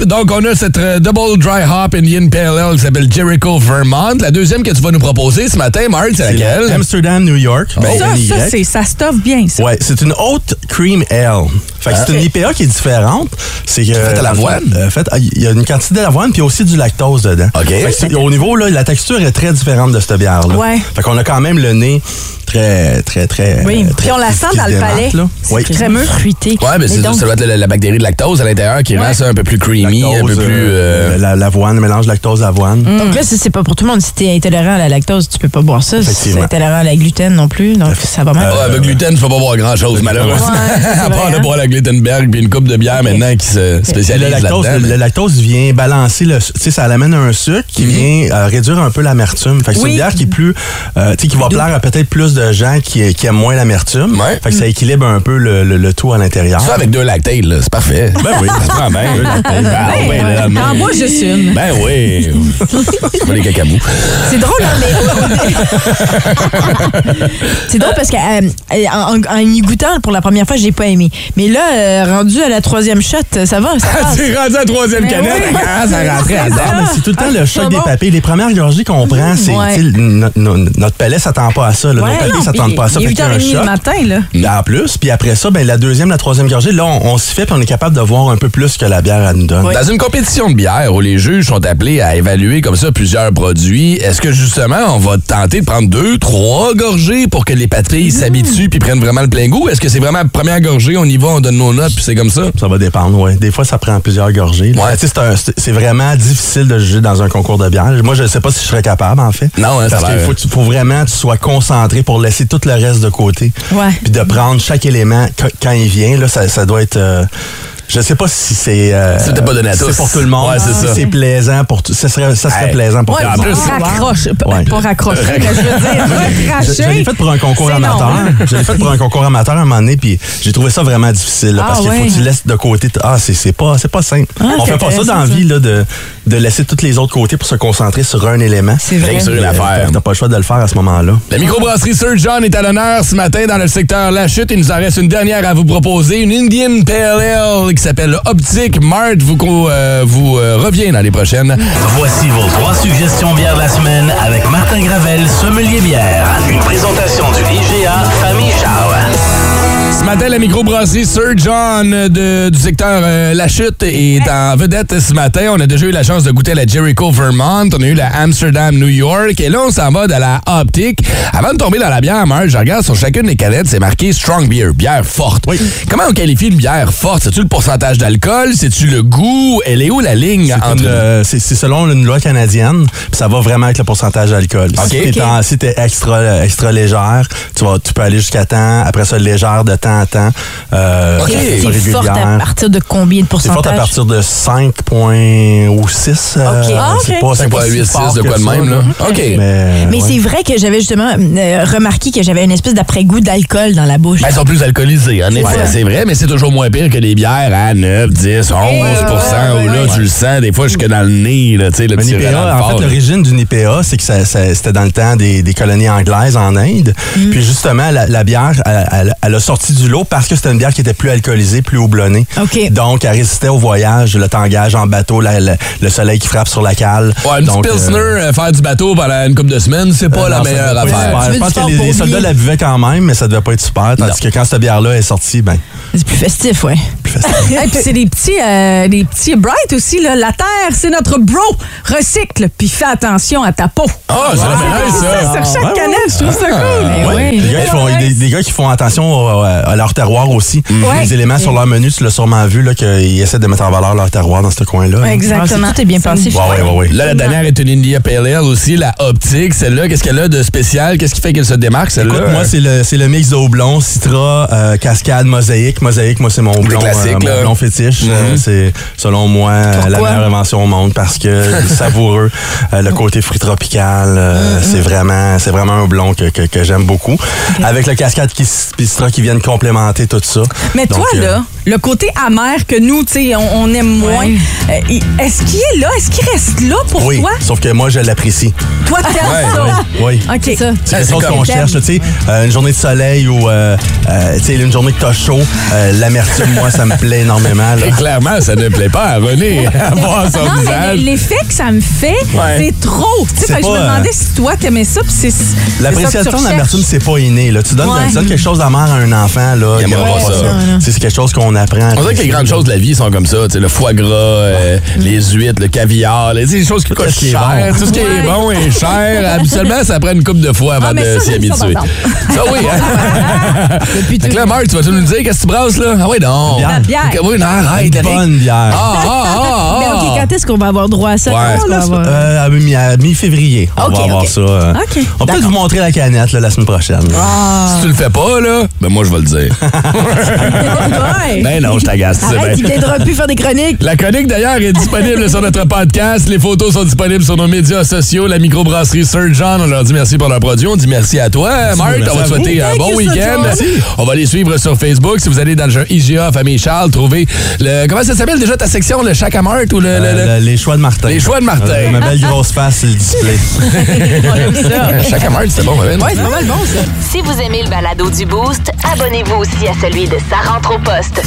[SPEAKER 2] Euh, donc, on a cette euh, Double Dry Hop Indian Pale Ale qui s'appelle Jericho Vermont. La deuxième que tu vas nous proposer ce matin, Marl, c'est laquelle?
[SPEAKER 13] Amsterdam, New York. Ben,
[SPEAKER 5] ça,
[SPEAKER 13] NY.
[SPEAKER 5] ça, c'est- ça stoffe bien, ça.
[SPEAKER 13] Ouais, c'est une haute cream ale. Fait que
[SPEAKER 5] Ah.
[SPEAKER 13] c'est une IPA qui est différente. C'est que
[SPEAKER 2] Faite à l'avoine?
[SPEAKER 13] Euh, faite- il y a une quantité d'avoine puis aussi du lactose dedans. Fait que c'est- au niveau là, la texture est très différente de cette bière là.
[SPEAKER 5] Ouais.
[SPEAKER 13] Fait qu'on a quand même le nez très très très
[SPEAKER 5] Oui.
[SPEAKER 13] euh, très
[SPEAKER 5] Puis on la
[SPEAKER 13] qui-
[SPEAKER 5] sent
[SPEAKER 13] qui
[SPEAKER 5] dans le
[SPEAKER 13] démarque,
[SPEAKER 5] palais.
[SPEAKER 13] là.
[SPEAKER 5] C'est
[SPEAKER 13] Oui.
[SPEAKER 5] crémeux. Fruité.
[SPEAKER 2] Ouais, mais c'est ça, ça doit être la, la bactérie de lactose à l'intérieur qui rend ça un peu plus creamy, un peu
[SPEAKER 13] Lactose,
[SPEAKER 2] plus.
[SPEAKER 13] euh, la- L'avoine, le mélange lactose-avoine.
[SPEAKER 4] Donc là, ça, c'est pas pour tout le monde. Si t'es intolérant à la lactose, tu peux pas boire ça. Si t'es
[SPEAKER 13] Effectivement.
[SPEAKER 4] intolérant à la gluten non plus, donc ça va mal.
[SPEAKER 2] Ah, avec gluten, tu peux pas boire grand-chose, malheureusement. à part de boire la Glittenberg puis une coupe de bière maintenant qui se
[SPEAKER 13] hein. le
[SPEAKER 2] spécialise
[SPEAKER 13] lactose, le,
[SPEAKER 2] là-dedans. mais-
[SPEAKER 13] le lactose vient balancer le, tu sais, ça amène un sucre qui
[SPEAKER 2] Mhm.
[SPEAKER 13] vient euh, réduire un peu l'amertume. Fait que c'est
[SPEAKER 2] Oui.
[SPEAKER 13] une bière qui est plus, euh, tu sais, qui va plaire à peut-être plus de gens qui, qui aiment moins l'amertume. Fait que ça équilibre un peu le, le- le tout à l'intérieur.
[SPEAKER 2] Ça, avec deux lactates, là, c'est parfait.
[SPEAKER 13] Ben oui.
[SPEAKER 2] ça se prend bien. deux lactates. Ah,
[SPEAKER 13] Ben,
[SPEAKER 2] ben, là,
[SPEAKER 13] ouais.
[SPEAKER 2] mais-
[SPEAKER 13] T'en bois juste une.
[SPEAKER 2] Ben oui. C'est pas les cacabous.
[SPEAKER 4] C'est drôle, hein, mais. C'est drôle parce que euh, en, en- en y goûtant pour la première fois, j'ai pas aimé. Mais là, là, euh, rendu à la troisième shot, ça va? Ça passe.
[SPEAKER 2] T'es Ah, rendu à la troisième
[SPEAKER 5] Ben
[SPEAKER 4] Mais
[SPEAKER 2] canette,
[SPEAKER 4] oui.
[SPEAKER 2] elle commence à rentrer à
[SPEAKER 4] C'est
[SPEAKER 2] date.
[SPEAKER 13] Ah, mais c'est tout le temps le choc
[SPEAKER 4] c'est
[SPEAKER 13] des
[SPEAKER 4] bon.
[SPEAKER 13] papiers. Les premières gorgées qu'on prend, c'est
[SPEAKER 5] Ouais.
[SPEAKER 13] tu sais, no- no- notre palais s'attend pas à ça. là.
[SPEAKER 5] Ouais,
[SPEAKER 13] notre palais
[SPEAKER 5] non,
[SPEAKER 13] s'attend
[SPEAKER 5] puis
[SPEAKER 13] pas à ça.
[SPEAKER 5] il est
[SPEAKER 13] Fait qu'il y a
[SPEAKER 5] 8h30
[SPEAKER 13] un
[SPEAKER 5] le
[SPEAKER 13] choc.
[SPEAKER 5] matin, là.
[SPEAKER 13] En plus, puis après ça, ben, la deuxième, la troisième gorgée, là, on, on s'y fait puis on est capable de voir un peu plus que la bière elle nous donne.
[SPEAKER 2] Dans une compétition de bière où les juges sont appelés à évaluer comme ça plusieurs produits, est-ce que justement on va tenter de prendre deux, trois gorgées pour que les patilles s'habituent puis prennent vraiment le plein goût? Est-ce que c'est vraiment la première gorgée, on y va, on donne nos notes puis c'est comme ça?
[SPEAKER 13] Ça va dépendre, oui. Des fois, ça prend plusieurs gorgées. là. Tu sais, c'est un- C'est c'est vraiment difficile de juger dans un concours de bière. Moi, je ne sais pas si je serais capable, en fait.
[SPEAKER 2] Non, hein, ça
[SPEAKER 13] Parce
[SPEAKER 2] a
[SPEAKER 13] qu'il
[SPEAKER 2] l'air-
[SPEAKER 13] faut, que tu- faut vraiment que tu sois concentré pour laisser tout le reste de côté.
[SPEAKER 5] Ouais.
[SPEAKER 13] Puis de prendre chaque élément qu- quand il vient, là, ça, ça doit être. euh, je sais pas si c'est. euh,
[SPEAKER 2] C'est peut-être pas donné à
[SPEAKER 13] si
[SPEAKER 2] tous.
[SPEAKER 13] C'est pour tout le monde.
[SPEAKER 2] Ouais, c'est
[SPEAKER 13] si
[SPEAKER 2] ça.
[SPEAKER 13] c'est plaisant pour tout. Ça serait, ça serait
[SPEAKER 2] Hey.
[SPEAKER 13] plaisant pour
[SPEAKER 2] Ouais,
[SPEAKER 13] tout
[SPEAKER 2] en
[SPEAKER 13] le
[SPEAKER 2] plus-
[SPEAKER 13] monde.
[SPEAKER 5] Raccroche. pas-
[SPEAKER 13] Ouais.
[SPEAKER 5] Pas raccroche. mais Je veux dire,
[SPEAKER 13] Je, je l'ai
[SPEAKER 5] raccrocher.
[SPEAKER 13] fait pour un concours
[SPEAKER 5] C'est non.
[SPEAKER 13] amateur. Je l'ai fait pour un concours amateur à un moment donné, puis j'ai trouvé ça vraiment difficile. là,
[SPEAKER 5] Ah
[SPEAKER 13] parce qu'il faut
[SPEAKER 5] ouais.
[SPEAKER 13] que tu laisses de côté. t- Ah, c'est- c'est pas, c'est pas simple.
[SPEAKER 5] Ah,
[SPEAKER 13] On
[SPEAKER 5] c'est
[SPEAKER 13] fait pas ça
[SPEAKER 5] intéressant,
[SPEAKER 13] dans la vie, là, de, de laisser tous les autres côtés pour se concentrer sur un élément. C'est
[SPEAKER 2] vrai. Sur une affaire.
[SPEAKER 13] T'as pas le choix de le faire à ce moment-là.
[SPEAKER 2] La microbrasserie Sir John est à l'honneur ce matin dans le secteur La Chute. Il nous en reste une dernière à vous proposer, une Indian Pale Ale qui s'appelle Optic Mart. Vous, co- euh, vous euh, revient dans les prochaines.
[SPEAKER 1] Voici vos trois suggestions bières de la semaine avec Martin Gravel, sommelier bière. Une présentation du IGA Famille Charles.
[SPEAKER 2] Ce matin, la microbrasserie Sir John de- du secteur euh, La Chute est en vedette ce matin. On a déjà eu la chance de goûter la Jericho, Vermont. On a eu la Amsterdam, New York. Et là, on s'en va dans la Optique. Avant de tomber dans la bière, Marge, je regarde sur chacune des canettes, c'est marqué Strong Beer, bière forte. Comment on qualifie une bière forte? C'est-tu le pourcentage d'alcool? C'est-tu le goût? Elle est où la ligne
[SPEAKER 13] C'est
[SPEAKER 2] entre...
[SPEAKER 13] une, euh, c'est- c'est selon une loi canadienne, puis ça va vraiment avec le pourcentage d'alcool.
[SPEAKER 2] Ok.
[SPEAKER 13] Si t'es en- si t'es extra, extra légère, tu, vas, tu peux aller jusqu'à temps, après ça légère de temps en temps. Euh,
[SPEAKER 4] Ok.
[SPEAKER 13] c'est
[SPEAKER 4] T'es forte à
[SPEAKER 13] régulière.
[SPEAKER 4] partir de combien de
[SPEAKER 13] C'est fort à
[SPEAKER 4] pourcentage?
[SPEAKER 13] partir de 5 points ou 6.
[SPEAKER 4] Ah, ok.
[SPEAKER 13] euh, C'est pas, c'est pas
[SPEAKER 2] 5,8,
[SPEAKER 13] si
[SPEAKER 2] 6,
[SPEAKER 13] fort
[SPEAKER 2] de
[SPEAKER 13] que
[SPEAKER 2] quoi de
[SPEAKER 13] ça,
[SPEAKER 2] même, là. OK.
[SPEAKER 13] Mais,
[SPEAKER 4] Mais
[SPEAKER 13] ouais.
[SPEAKER 4] c'est vrai que j'avais justement euh, remarqué que j'avais une espèce d'après-goût d'alcool dans la bouche.
[SPEAKER 2] Ben, elles sont plus alcoolisées, en effet,
[SPEAKER 4] ça.
[SPEAKER 2] c'est vrai, mais c'est toujours moins pire que les bières à 9, 10, 11
[SPEAKER 5] euh,
[SPEAKER 2] où là, tu le sens des fois jusque dans le nez, là, tu sais, le
[SPEAKER 13] Un
[SPEAKER 2] petit
[SPEAKER 13] IPA,
[SPEAKER 2] relent
[SPEAKER 13] en
[SPEAKER 2] fort,
[SPEAKER 13] fait,
[SPEAKER 2] là.
[SPEAKER 13] l'origine d'une IPA, c'est que ça- ça- c'était dans le temps des, des colonies anglaises en Inde. Puis justement, la, la bière, elle, elle- elle a sorti du lot parce que c'était une bière qui était plus alcoolisée, plus houblonnée.
[SPEAKER 4] OK.
[SPEAKER 13] Donc, elle résistait au voyage, le tangage en bateau, la- la- le soleil qui frappe sur la cale.
[SPEAKER 2] Ouais, une petite
[SPEAKER 13] Donc, euh,
[SPEAKER 2] pilsner, euh, faire du bateau pendant une couple de semaines, c'est pas
[SPEAKER 13] euh,
[SPEAKER 2] la
[SPEAKER 13] non, ça
[SPEAKER 2] meilleure
[SPEAKER 13] devait pas être
[SPEAKER 2] affaire.
[SPEAKER 13] super. Je pense que les, les soldats la buvaient quand même, mais ça devait pas être super. Tandis que quand cette bière-là est sortie, ben,
[SPEAKER 4] C'est plus festif, ouais.
[SPEAKER 5] Hey, puis c'est des petits, euh, des petits bright aussi. Là. La terre, c'est notre bro. Recycle, puis fais attention à ta peau.
[SPEAKER 2] Ah, c'est la meilleure, ça.
[SPEAKER 5] Sur chaque
[SPEAKER 13] ouais,
[SPEAKER 5] canette, je trouve ça cool.
[SPEAKER 13] Ouais. Des, gars qui font, des, des gars qui font attention au- euh, à, à leur terroir aussi.
[SPEAKER 5] Ouais.
[SPEAKER 13] Les éléments sur leur menu, tu l'as sûrement vu, là, qu'ils essaient de mettre en valeur leur terroir dans ce coin-là.
[SPEAKER 5] Ouais, Exactement.
[SPEAKER 4] Ah, c'est- tout est bien pensé.
[SPEAKER 13] Ouais, ouais, ouais, ouais.
[SPEAKER 2] Là, la dernière est une India Pale Ale aussi, la optique. Celle-là, qu'est-ce qu'elle a de spécial? Qu'est-ce qui fait qu'elle se démarque, celle-là?
[SPEAKER 13] Écoute, moi, c'est le, c'est le mix de houblon, citra, euh, cascade, mosaïque. Mosaïque, moi, c'est mon houblon,
[SPEAKER 2] classiques,
[SPEAKER 13] mon
[SPEAKER 2] là. Mhm.
[SPEAKER 13] houblon fétiche. Euh, c'est, selon moi, euh, la meilleure invention au monde parce que c'est savoureux. Euh, le côté fruit tropical, euh, c'est vraiment, c'est vraiment un houblon que, que, que j'aime beaucoup. Avec le cascade qui, puis citra qui viennent complémenter tout ça.
[SPEAKER 5] Mais
[SPEAKER 13] Donc,
[SPEAKER 5] toi,
[SPEAKER 13] euh,
[SPEAKER 5] là, le côté amer que nous, tu sais, on, on aime moins, euh, il- est-ce qu'il est là? Est-ce qu'il reste là pour
[SPEAKER 13] Oui,
[SPEAKER 5] toi?
[SPEAKER 13] sauf que moi, je l'apprécie.
[SPEAKER 5] Toi, t'aimes ça.
[SPEAKER 13] Oui.
[SPEAKER 5] OK. C'est ça.
[SPEAKER 13] C'est quelque chose
[SPEAKER 2] Ah, comme-
[SPEAKER 13] qu'on cherche, là, tu sais, euh, une journée de soleil ou euh, euh, tu sais, une journée que t'as chaud, euh, l'amertume, moi, ça me plaît énormément. là.
[SPEAKER 2] Et clairement, ça ne plaît pas à René à voir son
[SPEAKER 5] Non, mais
[SPEAKER 2] visage.
[SPEAKER 5] l'effet que ça me fait,
[SPEAKER 2] Ouais.
[SPEAKER 5] c'est trop. Tu sais,
[SPEAKER 13] C'est
[SPEAKER 5] fait que je me
[SPEAKER 13] pas, euh,
[SPEAKER 5] demandais si toi, t'aimais ça, puis c'est. c'est ça que
[SPEAKER 13] L'appréciation
[SPEAKER 5] tu
[SPEAKER 13] de l'amertume,
[SPEAKER 5] recherches.
[SPEAKER 13] c'est pas inné. Là. Tu, donnes,
[SPEAKER 5] Ouais.
[SPEAKER 13] tu donnes quelque chose d'amère à un enfant. Là,
[SPEAKER 2] Il aimera
[SPEAKER 13] aimera
[SPEAKER 2] pas ça.
[SPEAKER 13] Tu sais, C'est quelque chose qu'on apprend.
[SPEAKER 2] On dirait que les grandes choses de la vie sont comme ça. tu sais, Le foie gras, euh, les huîtres, le caviar, les, les choses qui coûtent
[SPEAKER 13] ce qui est
[SPEAKER 2] cher.
[SPEAKER 13] bon.
[SPEAKER 2] Tout ce qui est bon est cher. Habituellement, ça prend une coupe de fois avant
[SPEAKER 5] Ah, mais
[SPEAKER 2] de
[SPEAKER 5] ça,
[SPEAKER 2] s'y
[SPEAKER 5] j'aime ça,
[SPEAKER 2] habituer.
[SPEAKER 5] par
[SPEAKER 2] Ça, oui. hein? Fait que là, Marc, tu vas-tu nous le dire qu'est-ce que tu brasses, là? Ah oui, non.
[SPEAKER 13] La
[SPEAKER 5] bière.
[SPEAKER 2] Oui, non,
[SPEAKER 13] Une
[SPEAKER 2] arrête, Eric.
[SPEAKER 13] bonne
[SPEAKER 2] Ah,
[SPEAKER 13] bière.
[SPEAKER 2] ah, ah,
[SPEAKER 4] Mais Ben, OK,
[SPEAKER 2] ah.
[SPEAKER 4] quand est-ce qu'on va avoir droit à ça?
[SPEAKER 2] Ouais.
[SPEAKER 4] Quand est-ce qu'on va
[SPEAKER 13] Là, c'est-
[SPEAKER 4] avoir-
[SPEAKER 13] euh, à mi- à mi-février, on
[SPEAKER 4] Ok,
[SPEAKER 13] va avoir
[SPEAKER 4] ok.
[SPEAKER 13] ça. euh.
[SPEAKER 4] Ok,
[SPEAKER 13] On peut peut-être vous montrer la canette là, la semaine prochaine.
[SPEAKER 5] Ah.
[SPEAKER 2] Si tu le fais pas, là, ben moi, je vais le dire.
[SPEAKER 4] Ouais.
[SPEAKER 2] Ben non, je t'agace. tu sais bien.
[SPEAKER 4] Arrête, il viendra plus faire des chroniques.
[SPEAKER 2] La chronique, d'ailleurs, est disponible sur notre podcast. Les photos sont disponibles sur nos médias sociaux. La microbrasserie Sir John, on leur dit merci pour leur produit. On dit merci à toi, Marc.
[SPEAKER 13] merci
[SPEAKER 2] On va
[SPEAKER 13] à
[SPEAKER 2] te souhaiter
[SPEAKER 13] vous.
[SPEAKER 2] un
[SPEAKER 13] Thank
[SPEAKER 2] bon
[SPEAKER 13] you, Sir
[SPEAKER 2] week-end.
[SPEAKER 13] John. Merci.
[SPEAKER 2] On va les suivre sur Facebook. Si vous allez dans le jeu IGA Famille Charles, trouvez le. Comment ça s'appelle déjà ta section, le Chac à Marthe ou le. le-
[SPEAKER 13] Euh,
[SPEAKER 2] le- les choix de Martin.
[SPEAKER 13] Les choix de Martin.
[SPEAKER 2] Euh, ma belle grosse face, le display.
[SPEAKER 13] On aime ça. Chacun meurt, c'est bon, ma belle. Ouais, c'est pas mal
[SPEAKER 2] bon, ça.
[SPEAKER 5] Si vous aimez le balado du Boost, abonnez-vous aussi à celui de Sa rentre au poste.